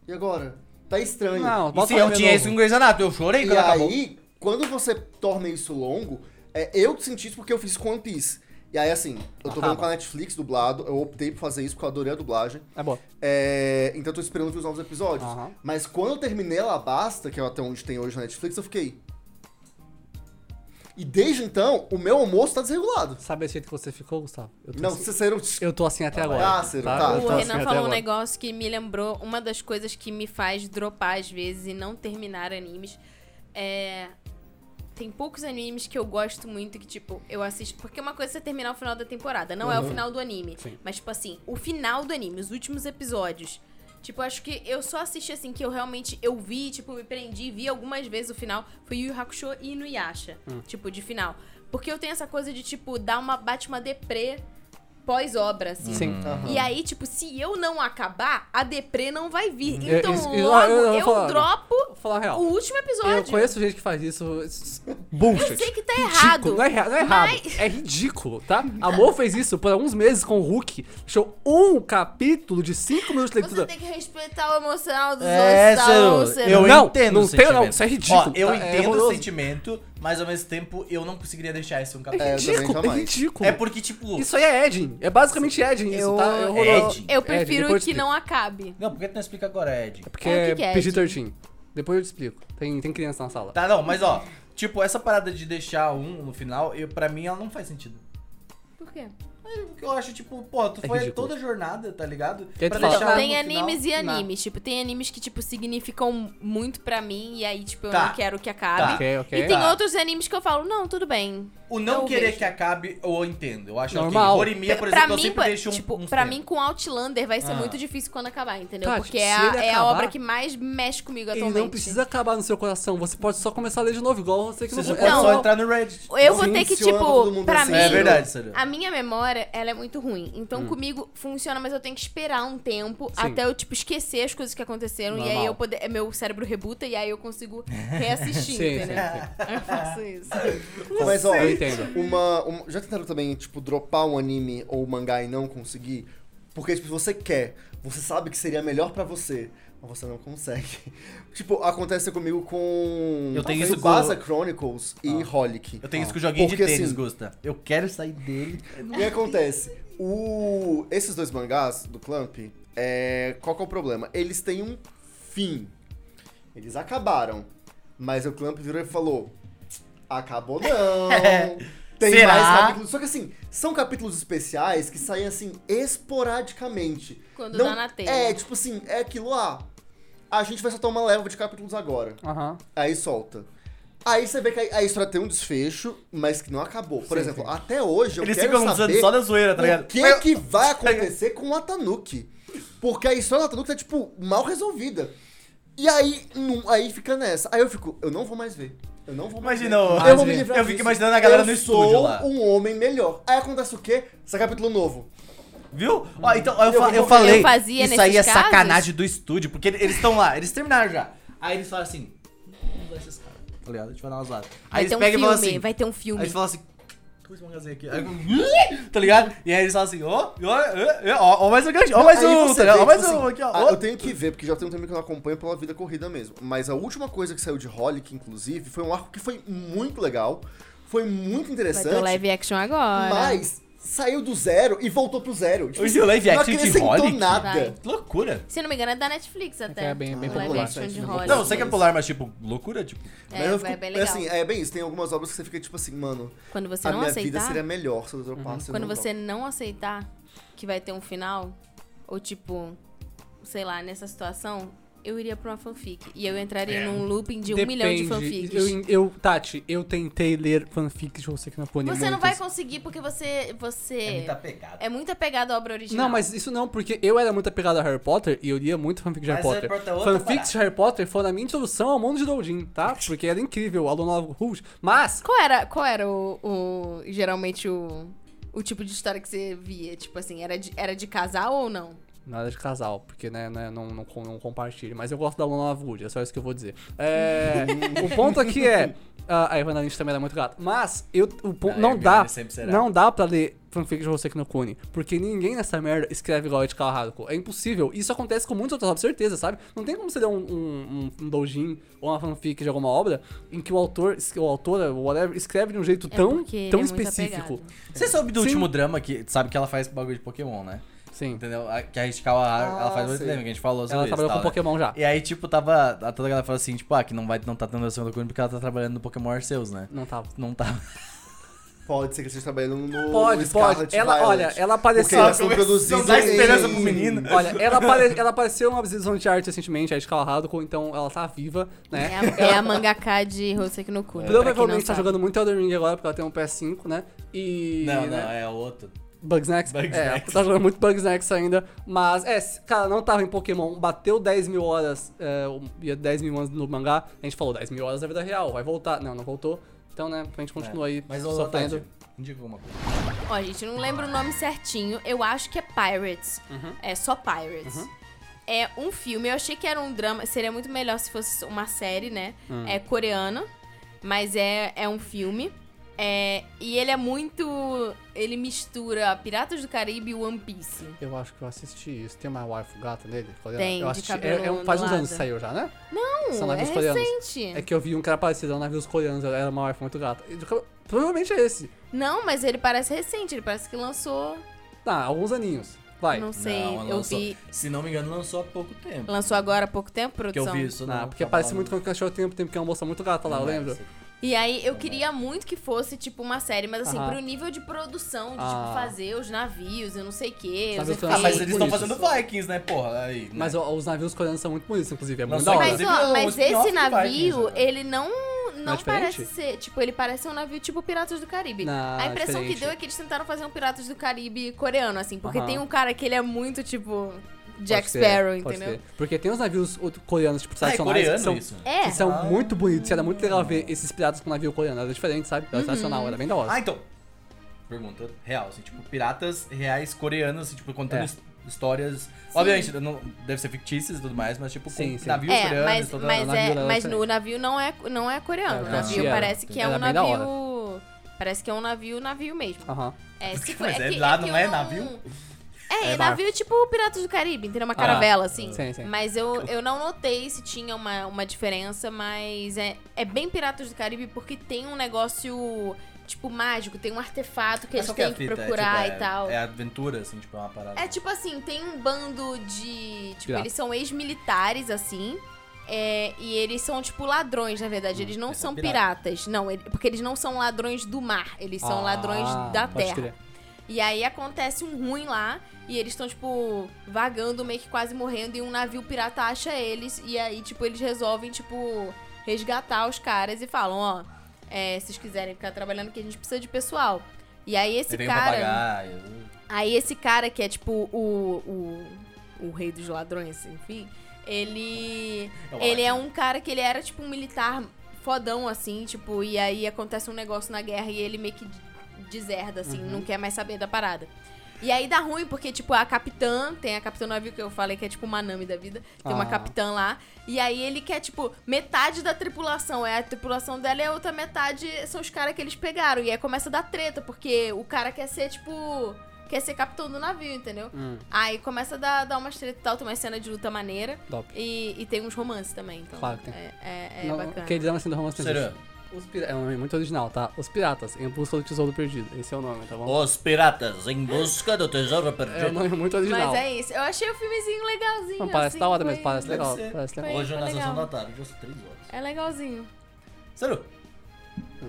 E agora? Tá estranho.
Não,
E
bota
se
pra
eu
ver
tinha
novo.
isso com Grey's Anatomy, eu chorei
E
quando acabou.
aí, quando você torna isso longo, é, eu senti isso porque eu fiz com One Piece. E aí, assim, eu tô
Acaba.
vendo com a Netflix dublado, eu optei por fazer isso porque eu adorei a dublagem.
É bom.
É, então eu tô esperando ver os novos episódios.
Aham.
Mas quando eu terminei La Basta, que é até onde tem hoje na Netflix, eu fiquei. E desde então, o meu almoço tá desregulado.
Sabe esse jeito que você ficou, Gustavo? Eu tô
Não,
assim-
vocês saíram.
Eu tô assim até agora.
Ah, Ciro, tá,
Eu tô
O
assim
Renan
até
falou um
agora.
negócio que me lembrou uma das coisas que me faz dropar às vezes e não terminar animes. É. Tem poucos animes que eu gosto muito que, tipo, eu assisto. Porque uma coisa é você terminar o final da temporada, não é o final do anime.
Uhum. Sim.
Mas, tipo assim, o final do anime, os últimos episódios. Tipo, eu acho que eu só assisti assim, que eu realmente eu vi, tipo, me prendi, vi algumas vezes o final. Foi Yu Yu Hakusho e Inuyasha,
Hum.
tipo, de final. Porque eu tenho essa coisa de, tipo, dar uma. bate uma deprê pós-obra, assim.
Sim.
Hum.
E aí, tipo, se eu não acabar, a deprê não vai vir.
É,
Então,
isso- isso-
logo,
eu- eu
eu,
vou falar.
dropo
Vou falar a
o
real.
último
Eu
episódio.
conheço gente que faz isso. isso-
Eu
Bullshit.
sei que tá
Ridículo,
errado.
não é, erra- não é errado, é ridículo, tá? Amor fez isso por alguns meses com o Hulk, deixou um capítulo de 5 minutos de
Você
leitura.
tem que respeitar o emocional dos
É,
outros. tá bom,
Ciro,
Ciro?
eu
Não,
entendo
não
o
tem, não,
sentimento.
isso é ridículo,
Ó, eu
tá? É
entendo o
horroroso.
sentimento, mas ao mesmo tempo eu não conseguiria deixar esse um
É,
capítulo.
eu também
Ridículo, é
jamais.
ridículo.
É porque, tipo...
Isso aí é Edin, é basicamente Edin isso,
Eu-
tá? É horroroso.
Edin.
Eu
Edin,
prefiro
depois eu
que
explico.
não acabe.
Não, por que tu não explica agora, Ed?
É porque
É, o
é
que que é
PG-13, depois eu te explico. Tem, tem criança na sala.
Tá, não, mas ó... Tipo, essa parada de deixar um no final, eu, pra mim, ela não faz sentido.
Por quê?
Aí, o que eu acho, tipo, pô, tu
É
foi
ridículo.
toda a jornada, tá ligado?
aí tu
Pra
fala-
deixar
Tem
no final-
animes e
Não.
animes. Tipo, tem animes que, tipo, significam muito pra mim. E aí, tipo, eu
Tá.
não quero que acabe.
Ok, ok.
E tem
Tá.
outros animes que eu falo, não, tudo bem.
O não
Eu
querer
vejo.
que acabe, eu entendo. Eu acho
Normal.
que Horimiya, por
pra
exemplo, eu
mim,
sempre
pa-
deixo um,
tipo,
uns
pra
tempos.
mim com Outlander vai ser
Ah.
muito difícil quando acabar, entendeu?
Tati,
Porque
Tá, se
é, a,
ele
é a
acabar-
obra que mais mexe comigo
Ele
atualmente.
não precisa acabar no seu coração, você pode só começar a ler de novo, igual você que
Você
não
já
é
pode
Não.
só entrar no Reddit.
Eu vou ter que,
Silenciona todo
tipo,
mundo
pra
assim.
mim.
É verdade, sério.
A minha memória, ela é muito ruim. Então, comigo funciona, mas eu tenho que esperar um tempo
Hum. Sim.
até eu, tipo, esquecer as coisas que aconteceram. E aí
Normal.
eu poder. Meu cérebro rebuta e aí eu consigo reassistir,
<laughs> Sim, sim,
entendeu? Eu faço isso.
Mas ó,
Eu entendo.
Uma, uma- já tentaram também, tipo, dropar um anime ou um mangá e não conseguir? Porque, tipo, você quer, você sabe que seria melhor pra você, mas você não consegue. <laughs> tipo, acontece comigo com.
Eu tenho
talvez,
isso com- Ah.
Baza Chronicles e Holic.
Eu tenho isso com joguinho de
Porque,
tênis,
assim,
Gusta. Eu quero sair dele.
O que acontece? O... Esses dois mangás do Clamp, é... qual que é o problema? Eles têm um fim. Eles acabaram. Mas o Clamp virou e falou:
<laughs>
Acabou não. Tem
É. Será?
mais capítulos. Só que assim, são capítulos especiais que saem assim, esporadicamente.
Quando dá na telha.
É, tipo assim, é aquilo lá. A gente vai soltar uma leva de capítulos agora.
Aham.
Aí solta. Aí você vê que a a história tem um desfecho, mas que não acabou. Por
Sim,
exemplo,
sim.
até hoje eu
Eles
quero
ficam
saber
usando só da zoeira, tá
o
ligado?
que que vai acontecer com a Tanuki? Porque a história da Tanuki tá, tipo, mal resolvida. E aí, num- aí fica nessa. Aí eu fico, eu não vou mais ver. Eu não vou mais
Imagina,
ver.
o-
eu vou me
eu
livrar
fico
disso.
imaginando a galera no estúdio
sou
lá.
um homem melhor. Aí acontece o quê? Esse capítulo novo.
Viu? Ó, então, ó, eu,
Eu
fa-
vou-
eu falei.
eu fazia
isso aí é
nesses casos.
sacanagem do estúdio, porque ele- eles estão lá, eles terminaram já. Aí eles falam assim: vamos usar esses caras, tá ligado? Deixa eu dar uma zoada.
Vai
Aí
ter
eles
um
pegam e
filme,
falam assim:
vai ter um
Aí
filme.
eles falam assim. Dois mangás aqui. Aí, eu- tá ligado? E aí eles falam assim, ó, ó, ó, ó, ó, mais um gancho, ó, mais
Aí
um,
você
tá ligado?
vê,
Ó, mais
tipo
um
assim,
aqui, ó.
ah,
ó.
Eu tenho que ver, porque já tem um tempo que eu acompanho pela vida corrida mesmo. Mas a última coisa que saiu de Holic, inclusive, foi um arco que foi muito legal. Foi muito
Vai
interessante.
ter o live action agora.
Mas saiu do zero e voltou pro zero. Tipo,
Hoje o live
não
action tipo. de
acrescentou
Holic?
nada.
Vai.
Que loucura.
Se não me engano, é da Netflix até.
É bem- bem
O live
popular,
action
certo?
de
Não,
Hollywood.
Não, eu sei que é popular, mas tipo, loucura, tipo.
É,
Mas eu
vai-
fico-
bem legal.
Assim, é bem isso. Tem algumas obras que você fica tipo assim, mano,
Quando você
a
não
minha vida
aceitar.
seria melhor se
Uhum.
eu dropasse.
Quando
não
você não aceitar que vai ter um final, ou tipo, sei lá, nessa situação, eu iria pra uma fanfic. E eu entraria
É.
num looping de um milhão de fanfics.
Eu, eu, Tati, eu tentei ler fanfics de você que na Pony.
Você não vai conseguir porque você. você é,
muita pegada.
muito apegado à obra original.
Não, mas isso não, porque eu era muito apegado a Harry Potter e eu lia muito fanfic de
Mas
Harry
Harry
Potter.
Potter é outra
fanfics de Harry Potter foram a minha introdução ao mundo de Doujin,
<laughs>
tá? Porque era incrível, o Alonso Rouge. Mas,
Qual era, qual era o, o- Geralmente o. O tipo de história que você via? Tipo assim, era de, era de casal ou não?
nada de casal, porque né, né, não, não, com- não compartilhe. Mas eu gosto da Alonso Rouge, é só isso que eu vou dizer. É, o ponto aqui é. ah, a Ivana Lynch também era muito gata. Mas, eu, o pon-
Ah,
não,
a Hermione
dá.
sempre será.
Não dá pra ler fanfic de Hoseki no Kune, porque ninguém nessa merda escreve igual a de Haruko. É impossível. Isso acontece com muitos outros, certeza, sabe? Não tem como você ler um, um, um, um doujin ou uma fanfic de alguma obra em que o autor, ou autora, ou whatever, escreve de um jeito
É
tão,
porque ele
tão
é muito
específico.
apegado.
Você soube do
Sim.
último drama que sabe que ela faz bagulho de Pokémon, né?
Sim.
Entendeu? A- Que a Hitchcow, ela
Ah,
faz muito
sei.
drama, que a gente falou sobre
Ela
isso,
trabalhou
tal,
com
né?
Pokémon já.
E aí, tipo, tava. a- Toda a galera falou assim, tipo, ah, que não vai não tá tendo a segunda coisa porque ela tá trabalhando no Pokémon Arceus, né?
Não tava.
Não tá.
Pode ser que você esteja trabalhando no.
Pode,
Scarlet
pode. Ela,
Violet.
olha, ela
Porque
apareceu.
elas estão produzindo.
Não dá esperança
em-
pro menino.
Olha, ela, apare- ela apareceu em uma decisão de arte recentemente, a Hitchcock Haruko, então ela tá viva, né?
É a, é a mangaká de Hoseki no Kuni.
Provavelmente tá jogando muito Elden Ring agora, porque ela tem um PS5, né? E.
Não, não,
né?
é outro.
Bugsnax.
Bugsnax.
É, tá jogando muito Bugsnax ainda. Mas, é, se- cara, não tava em Pokémon. Bateu 10 mil horas, é, o- ia 10 mil anos no mangá. A gente falou 10 mil horas da vida real, vai voltar. Não, não voltou. Então, né, a gente continua aí
É.
tá
Mas ô,
sofrendo.
Tati, indica alguma coisa.
Ó, gente, eu não lembro o nome certinho. Eu acho que é Pirates.
Uhum.
É só Pirates. É um filme. Eu achei que era um drama. Seria muito melhor se fosse uma série, né?
Hum.
É coreana, mas é, é um filme. É, e ele é muito. Ele mistura Piratas do Caribe e One Piece.
Eu acho que eu assisti isso. Tem uma waifu gata nele? Coreana?
Tem,
eu
de
assisti.
cabelo
é- é um- faz uns
ondulado.
anos que saiu já, né?
Não,
São
é
navios coreanos.
recente.
É que eu vi um cara parecido, era um navio coreano, era uma waifu muito gata. E de cabelo- Provavelmente é esse.
Não, mas ele parece recente. Ele parece que lançou.
Tá, alguns aninhos. Vai.
Não sei.
É, Não,
eu
lançou-
vi.
Se não me engano, lançou há pouco tempo.
Lançou agora há pouco tempo,
Que eu
produção?
vi isso,
Ah,
não.
porque
Tá
parece
falando.
muito com o cachorro tem um tempo que um é uma moça muito gata lá, eu
Não é,
lembro.
sei.
E aí eu queria muito que fosse, tipo, uma série, mas assim,
Aham.
pro nível de produção, de
Ah.
tipo, fazer os navios, eu não sei o quê, os
Sabe o que eu
Ah,
efeitos.
mas eles estão
Bonitos.
fazendo Vikings, né, porra? Aí, né?
Mas ó, os navios coreanos são muito bonitos, inclusive. É muito
só
da hora.
isso.
Mas,
Inclusive, é um
ó, mas
spin-off
esse
do
navio,
Vikings, né?
ele não. Não,
diferente?
parece ser. Tipo, ele parece um navio tipo Piratas do Caribe.
Não,
a impressão
diferente.
que deu é que eles tentaram fazer um Piratas do Caribe coreano, assim. Porque
Aham.
tem um cara que ele é muito, tipo. Jack
Pode ser,
Sparrow,
pode
entendeu?
ser. Porque tem os navios outro- coreanos, tipo,
Ah, é
tradicionais.
coreano
que são,
isso.
É.
Que são muito bonitos. e Era muito legal ver esses piratas com navio coreano. Era diferente, sabe?
Uhum.
Era tradicional, era bem da hora.
Ah, então. Pergunta real, assim, tipo, piratas reais coreanos, assim, tipo, contando
É.
his- histórias. Obviamente, não, deve ser fictícias e tudo mais, mas tipo,
Sim,
com
sim.
navios
É,
coreanos,
mas,
toda-
mas,
então tá, navio
é,
era
mas
diferente.
o navio não é, não é coreano.
É,
o
eu assisti
navio
ela.
parece que é
Era
um
bem da hora.
navio. Parece que é um navio, navio mesmo.
Aham.
É, se for-
Mas é
que-
lá,
que
não
eu
é navio?
É,
É Ah,
navio é tipo Piratas do Caribe, entendeu? Uma caravela, assim.
Sim, sim.
Mas eu, eu não notei se tinha uma, uma diferença, mas é, é bem Piratas do Caribe porque tem um negócio, tipo, mágico, tem um artefato que
Mas
eles
qual que é a
têm que
fita? É,
procurar
tipo,
e
é-
tal.
É aventura, assim, tipo, é uma parada.
É tipo assim, tem um bando de. Tipo,
Pirata.
eles são ex-militares, assim. é, e eles são, tipo, ladrões, na verdade. Eles não
eles
são
são pirata.
piratas. Não, ele- porque eles não são ladrões do mar. Eles são
Ah,
ladrões da
pode
terra.
crer.
E aí acontece um ruim lá. E eles estão, tipo, vagando, meio que quase morrendo. E um navio pirata acha eles. E aí, tipo, eles resolvem, tipo, resgatar os caras e falam: ó, é, se vocês quiserem ficar trabalhando, que a gente precisa de pessoal. E aí esse
Aí vem o
cara.
papagaio. uh, é
Aí esse cara que é tipo o, o, o rei dos ladrões, enfim, ele
Eu
ele é
acho.
um cara que ele era tipo um militar fodão assim, tipo, e aí acontece um negócio na guerra e ele meio que deserda assim, não quer mais saber da parada. E aí dá ruim, porque, tipo, a capitã, tem a capitã do navio que eu falei que é tipo uma Nami da vida, tem
Ah.
uma capitã lá, e aí ele quer, tipo, metade da tripulação, é a tripulação dela e a outra metade são os caras que eles pegaram, e aí começa a dar treta, porque o cara quer ser, tipo, quer ser capitão do navio, entendeu?
Hum,
Aí começa a dar, dar umas treta e tal, tem uma cena de luta maneira,
top.
e, e tem uns romances também, então
Claro que tem.
é, é, é
Não,
bacana.
Aquele drama sendo assim, romance não
Será?
existe. Os pira- É um nome muito original, tá? Os Piratas, em busca do tesouro perdido. Esse é o nome, tá bom?
Os piratas em busca do tesouro
É um
perdido.
nome muito original.
Mas é isso, eu achei o filmezinho legalzinho,
Não, parece
assim,
da hora,
foi-
mas parece
Deve
legal.
ser.
Parece legal.
Foi-
Hoje eu na sessão
legal.
da tarde, hoje às 3 horas.
É legalzinho.
Sério?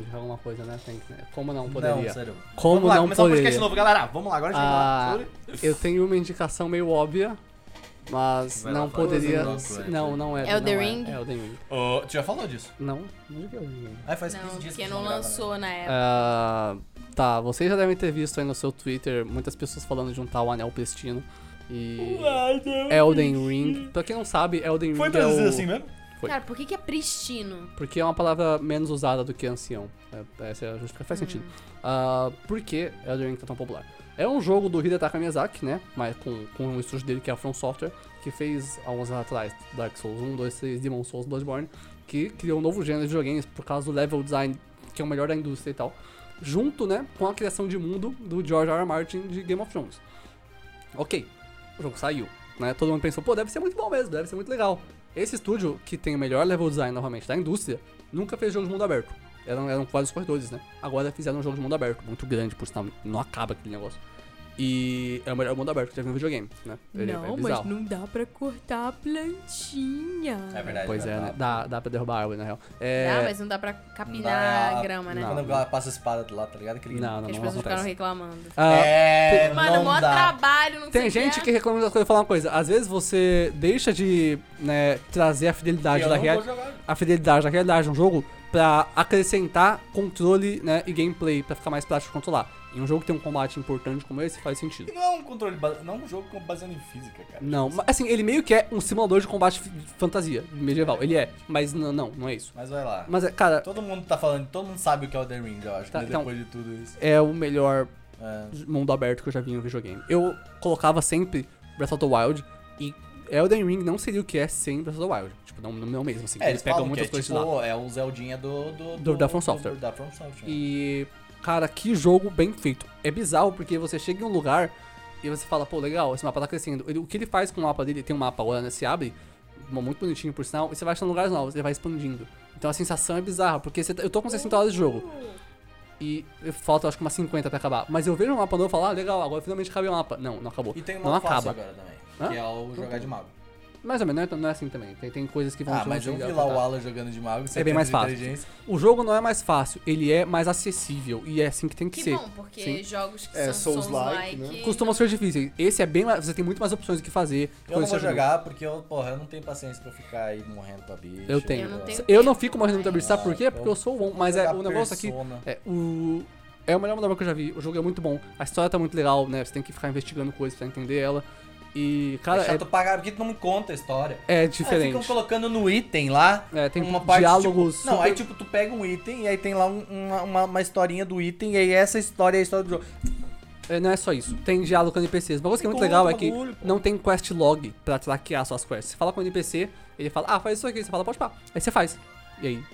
Jogar Alguma coisa, né? Tem que- né? Como não
Não,
poderia?
sério.
Como
Vamos lá,
não
começar o podcast
poderia?
novo, galera. Vamos lá, agora a gente
Ah,
vai falar sobre...
eu tenho uma indicação meio óbvia, mas
Vai lá,
não
fala. um
poderia.
Fala, Zé.
Não, não é.
É o The
não
Ring?
É, é o The Ring.
Ô, tu já falou disso?
Não, não diga o The Ring.
Aí faz 15
Não,
dias
porque
que
não
grava, né?
lançou na época.
Ah, tá, vocês já devem ter visto aí no seu Twitter muitas pessoas falando de um tal Anel Pristino e Elden Ring. Pra quem não sabe, Elden Ring é o...
assim mesmo?
Foi.
Cara, por que, que é pristino?
Porque é uma palavra menos usada do que ancião. É, essa é a justificativa. Faz sentido. Ah, por que Elden Ring tá tão popular? É um jogo do Hidetaka Miyazaki, né? Mas com, com um estúdio dele que é a From Software, que fez há uns anos atrás Dark Souls 1, 2, 3, Demon Souls, Bloodborne, que criou um novo gênero de videogames por causa do level design, que é o melhor da indústria e tal. Junto, né, com a criação de mundo do George R. R. Martin de Game of Thrones. Ok, o jogo saiu, né? Todo mundo pensou, pô, deve ser muito bom mesmo, deve ser muito legal. Esse estúdio, que tem o melhor level design novamente da indústria, nunca fez jogo de mundo aberto. Eram, eram vários corredores, né? Agora fizeram um jogo de mundo aberto, muito grande, por sinal, não acaba aquele negócio. E é o melhor mundo aberto que já vi no videogame, né? Ele é bizarro.
não dá pra cortar a plantinha.
É verdade.
Pois é,
né?
né? Dá, dá pra derrubar a árvore, na real. É...
Dá, mas não dá pra capinar
Dá-
a grama, né?
Não.
Quando ela passa a espada do lado, tá ligado? Aquele
Não, não,
Porque as
não
pessoas ficaram
acontece.
reclamando.
Ah,
É,
Mano,
não
mó
dá.
trabalho, não
Tem
sei o
gente
é.
que reclama das coisas. Eu vou falar uma coisa. Às vezes você deixa de né, trazer a fidelidade
Eu
da
não
realidade.
vou jogar.
a fidelidade da realidade de um jogo pra acrescentar controle né, e gameplay, pra ficar mais prático de controlar. Em um jogo que tem um combate importante como esse, faz
E
sentido.
Não é um controle, base- não é um jogo com- baseado em física, cara.
Não, mas assim, ele meio que é um simulador de combate f- fantasia medieval. Ele é, mas n- não, não é isso.
Mas vai lá.
Mas, é, cara,
Todo mundo tá falando, todo mundo sabe o que é o The Ring, eu acho,
Tá,
né,
então-
depois de tudo isso.
é o melhor
É.
mundo aberto que eu já vi em um videogame. Eu colocava sempre Breath of the Wild e Elden Ring não seria o que é sem Breath of the Wild. Tipo, não, não mesmo, assim.
É,
eles pegam
falam que
muitas
é,
coisas
tipo,
lá.
É o Zeldinha do... Do,
Do- da From Software.
do- da From Software.
E, cara, que jogo bem feito. É bizarro porque você chega em um lugar e você fala, pô, legal, esse mapa tá crescendo. Ele- o que ele faz com o mapa dele, tem um mapa agora, né? Se abre, mo- muito bonitinho por sinal, e você vai achando lugares novos, ele vai expandindo. Então a sensação é bizarra, porque você tá- eu tô com 60 horas de jogo. E falta, acho que umas 50 pra acabar. Mas eu vejo um mapa novo e falo, ah, legal, agora finalmente acabei o mapa. Não, não acabou.
E tem um
não
modo fácil
acaba.
agora também,
Hã?
que é o jogar de mago.
mais ou menos, não é, tão- não é assim também. Tem, tem coisas que vão
Ah,
te
mas eu vi
obrigar a
lá o
tentar.
Alan jogando de mago.
tá. É bem mais fácil. O jogo não é mais fácil, ele é mais acessível. E é assim que tem que,
Que
ser.
bom, porque
Sim.
jogos que
É,
são
Souls-like,
Souls-like...
né?
Costumam ser difíceis. Esse é bem mais. Você tem muito mais opções do que fazer.
Eu não
coisas
vou
que você
jogar porque eu, porra, eu não tenho paciência pra ficar aí morrendo pra bicho.
Eu tenho.
Eu não tenho
Eu não
tempo
fico morrendo muito
mais.
abrir, sabe por quê?
Ah,
Porque
então
eu sou bom,
vou
mas é,
jogar
o negócio aqui
Persona.
é o é o melhor manobra que eu já vi. O jogo é muito bom, a história tá muito legal, né? Você tem que ficar investigando coisas pra entender ela. E cara,
é
é,
chato um pra caralho, porque tu não me conta a história.
é
Aí ficam
diferente.
colocando no item lá.
É, tem
uma parte,
diálogos
tipo- Não,
super-
aí tipo, tu pega um item e aí tem lá um- uma, uma, uma historinha do item, e aí essa história é a história do jogo.
É, não é só isso, tem diálogo com NPCs. Uma coisa que é muito
Conta
legal
o
é que
bagulho, pô.
não tem quest log pra traquear suas quests. Você fala com o NPC, ele fala, ah, faz isso aqui, você fala, pode pá. Aí você faz. E aí?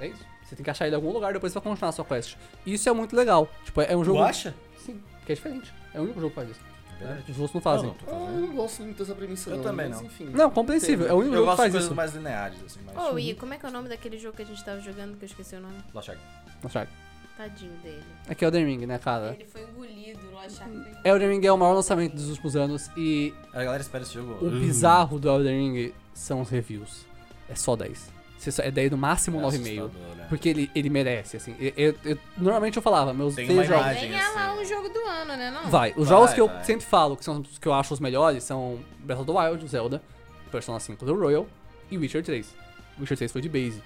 É isso. Você tem que achar ele em algum lugar depois pra continuar a sua quest. Isso é muito legal. Tipo, é é um
Tu
jogo.
acha?
Sim, que é diferente. É o único jogo que faz isso.
Verdade.
Os outros não fazem.
Ah, eu não gosto muito dessa premissa,
Eu
não.
também
mas,
não.
Enfim.
Não, compreensível. É o único
Eu
jogo que
gosto de
faz
coisas
isso.
mais lineares, assim, mas.
Ô, e como é que é o nome daquele jogo que a gente tava jogando que eu esqueci o nome?
Lost Ark.
Lost Ark.
Tadinho dele.
É que Elden Ring, né, cara?
Ele foi engolido, Lost Ark.
Elden Ring é o maior lançamento dos últimos anos e
A galera espera esse jogo. hum,
o Um bizarro do Elden Ring são os reviews. É só 10. Você só- É 10 no máximo 9,5.
né?
Porque ele, ele merece, assim. Eu- eu- eu- normalmente eu falava, meus
Tem
três
uma
jogos.
imagem.
Nem é lá
assim.
um jogo do ano, né? Não?
Vai, os
Vai,
jogos que eu
vai.
sempre falo, que são os que eu acho os melhores, são Breath of the Wild, Zelda, Persona 5 The Royal e Witcher 3. Witcher 3 foi de base.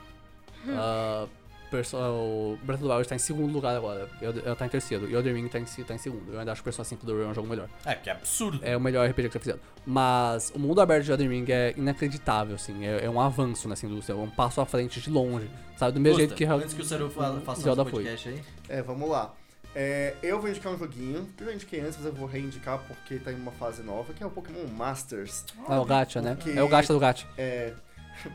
Ah, Perso- o Breath of the Wild tá em segundo lugar agora. Ela- Ela tá em terceiro. E Elden Ring tá em, se- tá em segundo. Eu ainda acho que Persona 5 The Royal é um jogo melhor.
É, que absurdo.
É o melhor RPG que já fizeram. Mas o mundo aberto de Elden Ring é inacreditável, assim. É, é um avanço nessa indústria. É um passo à frente de longe. Sabe? Do mesmo jeito que.
Antes que o Saru fa- faça
Zelda
o podcast aí.
É, vamos lá. É, eu vou indicar um joguinho, que eu já indiquei antes, mas eu vou reindicar porque tá em uma fase nova, que é o Pokémon Masters.
Ah, o Gacha, né?
Porque-
É o Gacha do Gacha.
É,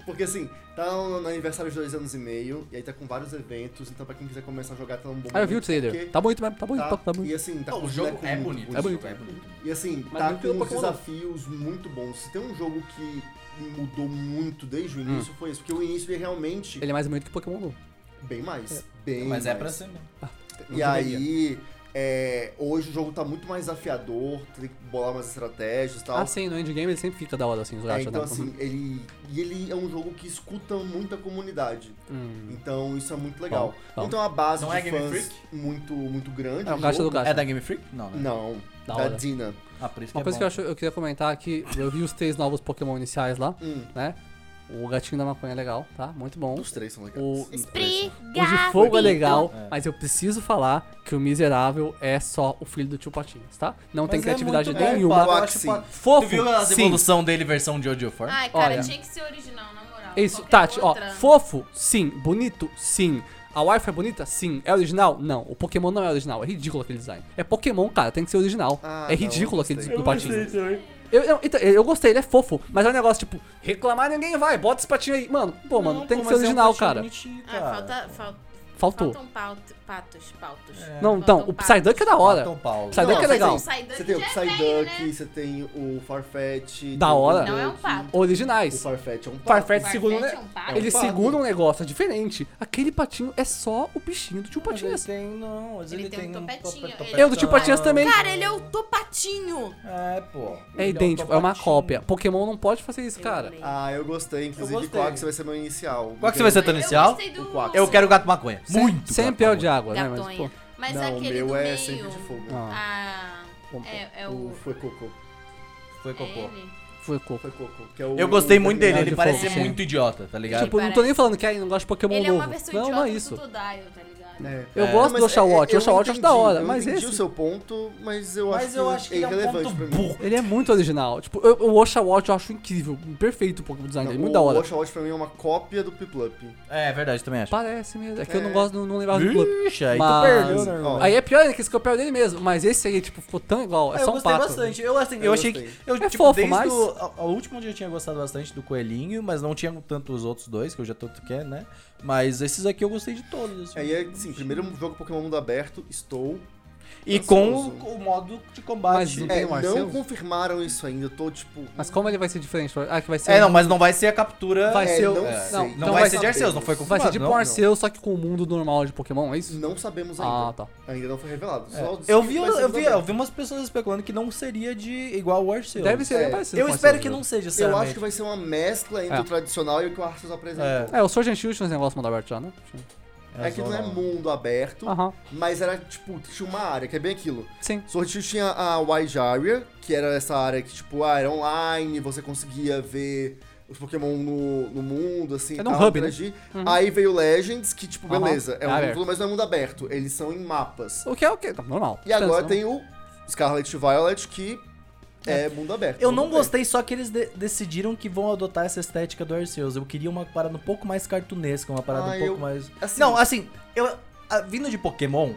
porque assim, tá no, no aniversário de dois anos e meio, e aí tá com vários eventos, então pra quem quiser começar a jogar tá um bom
Ah, eu vi o
momento, porque
trailer. Tá bonito mesmo. Tá bonito, tá, tá bonito.
E assim, tá
Não,
com
o
os
jogo
bonecos
é
muito
bonito.
É bonito.
bonitos,
É bonito.
E assim,
Mas
tá
muito pelo
com uns
Pokémon Go.
desafios muito bons. Se tem um jogo que mudou muito desde o início, foi isso. Porque o início é realmente
Hum. Ele é mais bonito que Pokémon Go.
bem mais. Bem
Mas é
mais.
pra ser mesmo.
E aí, é, hoje o jogo tá muito mais desafiador, tem que bolar mais estratégias e tal.
Ah, sim, no endgame ele sempre fica da hora, assim, os
Tá. É,
gachas,
então
né?
assim, ele. E ele é um jogo que escuta muita comunidade.
Hum.
Então isso é muito legal.
bom.
Então a base
Não
de
é Game
fãs
Freak?
muito, muito grande.
É o gacha do
jogo.
gacha.
É da Game Freak? Não, né?
Não,
Da
da
hora.
Dina.
Ah, por isso que
Uma
é
coisa
bom.
que eu, acho, eu queria comentar é que eu vi os três novos Pokémon iniciais lá,
Hum,
né? O gatinho da maconha é legal, tá? Muito bom.
os três são legais.
O, o de
Espregato.
fogo é legal,
É.
mas eu preciso falar que o miserável é só o filho do tio Patinhas, tá? Não tem
Mas é
criatividade
muito bom,
nenhuma.
Paulo, eu
Claro que
acho
sim.
foda.
Fofo,
Tu viu a
sim.
evolução dele versão Jojo Form?
Ai, cara,
Olha.
tinha que ser original, na moral.
É isso,
Qualquer
Tati, ó.
outra-
Fofo, sim. Bonito, sim. A Wi-Fi é bonita? Sim. É original? Não. O Pokémon não é original. É ridículo aquele design. É Pokémon, cara. Tem que ser original.
Ah,
é
não,
ridículo
eu
aquele
gostei.
do patinho. Eu, eu, então, eu gostei, ele é fofo. Mas é um negócio tipo, reclamar ninguém vai. Bota esse patinho aí. Mano, pô, mano,
Não,
tem
pô,
que ser
mas é um
original,
patinho
cara.
bonitinho,
Ah,
cara.
falta, fal-
é Faltou.
faltam paut- patos, pautos.
Não, então, o Psyduck é da
Matou
hora.
o Paulo.
Psyduck
Não,
é
mas
legal.
é Você tem o Psyduck, você tem o Farfetch.
Da
tem o
hora.
né? Não é um
Golduck.
pato.
O
Originais.
Farfetch é um pato.
Farfetch
Farfetch
segura um,
é
ne-
um pato.
Ele
É um pato.
segura um negócio diferente. Aquele patinho é só o bichinho
É
do tio
Mas ele
Patinhas.
tem, não, mas
Ele
ele,
tem um topetinho, ele-
topetão.
Eu do tio Patinhas também.
Cara, ele é o Topatinho.
É, pô. Ele
É
um
idêntico, é uma
topetinho.
cópia. Pokémon não pode fazer isso,
Eu
cara.
amei.
Ah, eu gostei. Inclusive,
Eu gostei.
Quax vai ser meu inicial.
Qual que você vai ser
Eu
teu inicial?
gostei do-
O quatro.
Eu quero gato maconha.
Sem-
Muito.
Sempre é o de
diabo.
água, né? Mas, pô.
Gatonha. Mas
Não, o
aquele
meu
do
é
meio.
sempre de fogo.
Não.
Ah, é, é
O
o...
foi Coco.
Foi
É
cocô.
ele?
Foi coco.
Foi Coco. Que é o
Eu gostei muito dele,
É,
ele
de
parece
fogo.
ser muito idiota, tá ligado?
Tipo, não tô nem falando que aí não gosto de Pokémon
Ele é
novo.
uma versão
não, não
idiota
é isso.
do Todile, tá ligado?
É.
Eu gosto
mas
do Oshawott,
é-
o
é-
Oshawott eu acho da
entendi,
hora,
eu
mas é
entendi
esse-
o seu ponto, mas eu acho
Mas eu acho que ele é um
irrelevante
ponto
pra mim.
burro.
Ele é muito original. Tipo, eu, o Oshawott eu acho incrível, perfeito o design dele, muito da
o
hora.
Oshawott pra mim é uma cópia do Piplup.
É, verdade, também acho.
Parece mesmo. É que eu não
É.
gosto, não, não lembrava do clube.
Ixi, aí tu
Mas-
perdeu, né, irmão?
Ó,
Aí é pior ainda que esse copiar dele mesmo, mas esse aí, tipo, ficou tão igual. É
eu
só um
gostei
pato.
bastante. Eu, assim, eu,
Eu
achei que.
gostei.
Eu,
É
tipo,
fofo,
desde
mas-
o, a, a última onde eu tinha gostado bastante do coelhinho, mas não tinha tanto os outros dois, que eu já tanto quer, né?
É,
Mas esses aqui eu gostei de todos. assim.
Aí é, assim, primeiro jogo Pokémon Mundo Aberto, estou.
E com o, o modo de
Mas
combate.
não
É,
Tem o Arceus?
não confirmaram isso ainda, eu tô tipo.
Mas como ele vai ser diferente? Ah, que vai ser.
É, não, mas não vai ser a captura.
Vai
é,
ser o-
não,
é,
sei.
não,
não
então
vai,
vai
ser de
saber.
Arceus, não foi
Vai
confirmado.
ser tipo
não,
um Arceus, só que com o mundo normal de Pokémon, é isso?
Não então. sabemos ainda.
Ah, tá.
Ainda não foi revelado. Só
não.
disse
É. Eu
que
vi,
vai
eu,
ser um
vi, eu
revelado.
vi umas pessoas especulando que não seria de igual o Arceus.
Deve ser
É.
parecido.
Eu
com
espero
Arceus,
que
né?
não seja,
Eu
sinceramente.
acho que vai ser uma mescla entre
É.
o tradicional e o que o Arceus apresentou.
É, o Sword and Shield tinha esse negócio mundo aberto já, né? Tinha.
É, que não é mundo aberto,
Aham,
mas era tipo, tinha uma área, que é bem aquilo.
sim.
Sword Shield tinha a Wide Area, que era essa área que, tipo, ah, era online, você conseguia ver os Pokémon no, no mundo, assim,
Era um
tal,
hub, né?
interagir. Aí veio Legends, que, tipo,
Aham.
beleza, é um
É aberto.
mundo, mas não é mundo aberto, eles são em mapas.
O que é o que? Normal.
E agora
Pensa,
tem o Scarlet Violet, que é, mundo aberto.
Eu
mundo
não
aberto.
gostei, só que eles de- decidiram que vão adotar essa estética do Arceus. Eu queria uma parada um pouco mais cartunesca, uma parada
Ah,
um pouco
eu-
mais.
assim-
não, assim, eu. a- vindo de Pokémon,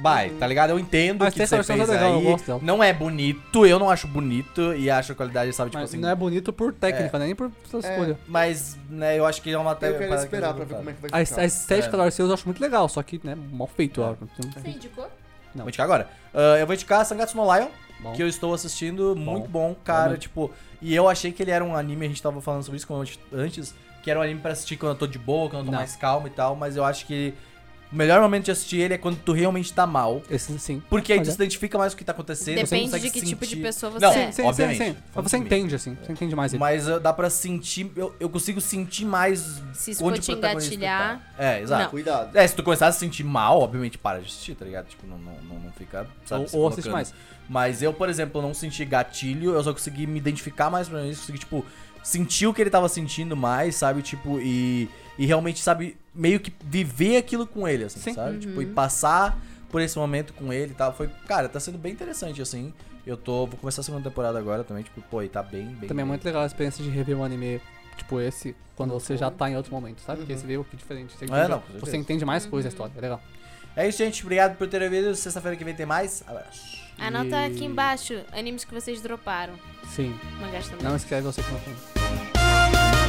vai,
Uhum.
tá ligado? Eu entendo o
Mas
que
tem
você
essa versão
fez
legal, eu
aí.
gosto dela.
Não é bonito, eu não acho bonito e acho a qualidade, sabe, tipo
Mas
assim.
não é bonito por técnica, né? nem por por escolha.
Mas, né, eu acho que é uma
Eu
parada
quero
que
esperar
eles
pra ver
adotaram.
como é que vai
A,
ficar.
a estética
É.
do Arceus eu acho muito legal, só que, né, mal feito. ó. um
Você indicou?
Vou indicar agora. Ah, eu vou indicar Sangatsu no Lion,
Bom.
que eu estou assistindo, muito bom,
Bom
cara,
mesmo.
tipo... E eu achei que ele era um anime, a gente tava falando sobre isso com- antes, que era um anime pra assistir quando eu tô de boa, quando eu tô
Não.
mais calmo e tal, mas eu acho que o melhor momento de assistir ele é quando tu realmente tá mal.
Esse sim.
Porque aí tu
Olha.
se identifica mais com o que tá acontecendo, você
Depende
consegue
de que tipo de
sentir-
pessoa você
Não,
é.
Sim,
obviamente.
sim, sim. Mas
Vamos
você
comigo.
entende, assim. Você entende mais ele.
Mas ah, dá pra sentir, eu, eu consigo sentir mais
Se isso
onde
for te
o protagonista
engatilhar,
tá. É, exato.
Cuidado.
É, se tu começar a se sentir mal, obviamente para de assistir, tá ligado? Tipo, não, não, não, não fica, sabe,
Ou-
se
ou assiste
colocando.
mais.
Mas eu, por exemplo, não senti gatilho, eu só consegui me identificar mais pra isso, consegui, tipo, sentir o que ele tava sentindo mais, sabe? Tipo, e, e realmente, sabe, meio que viver aquilo com ele, assim,
Sim. Uhum.
sabe? Tipo, e passar por esse momento com ele e tal. Foi, cara, tá sendo bem interessante, assim. Eu tô, vou começar a segunda temporada agora também, tipo, pô, e tá bem, bem.
Também é
bem.
muito legal a experiência de rever um anime tipo esse, quando você já tá em outro momento, sabe? Porque
Uhum.
você vê o que é diferente. Você,
É,
entende-
não, com certeza.
você entende mais coisa da história, é legal.
É isso, gente. Obrigado por terem vindo. Sexta-feira que vem tem mais. Abraço.
Anota
E-
aqui embaixo animes que vocês droparam.
Sim.
Mangás também.
Não escreve você que não tem.
Thank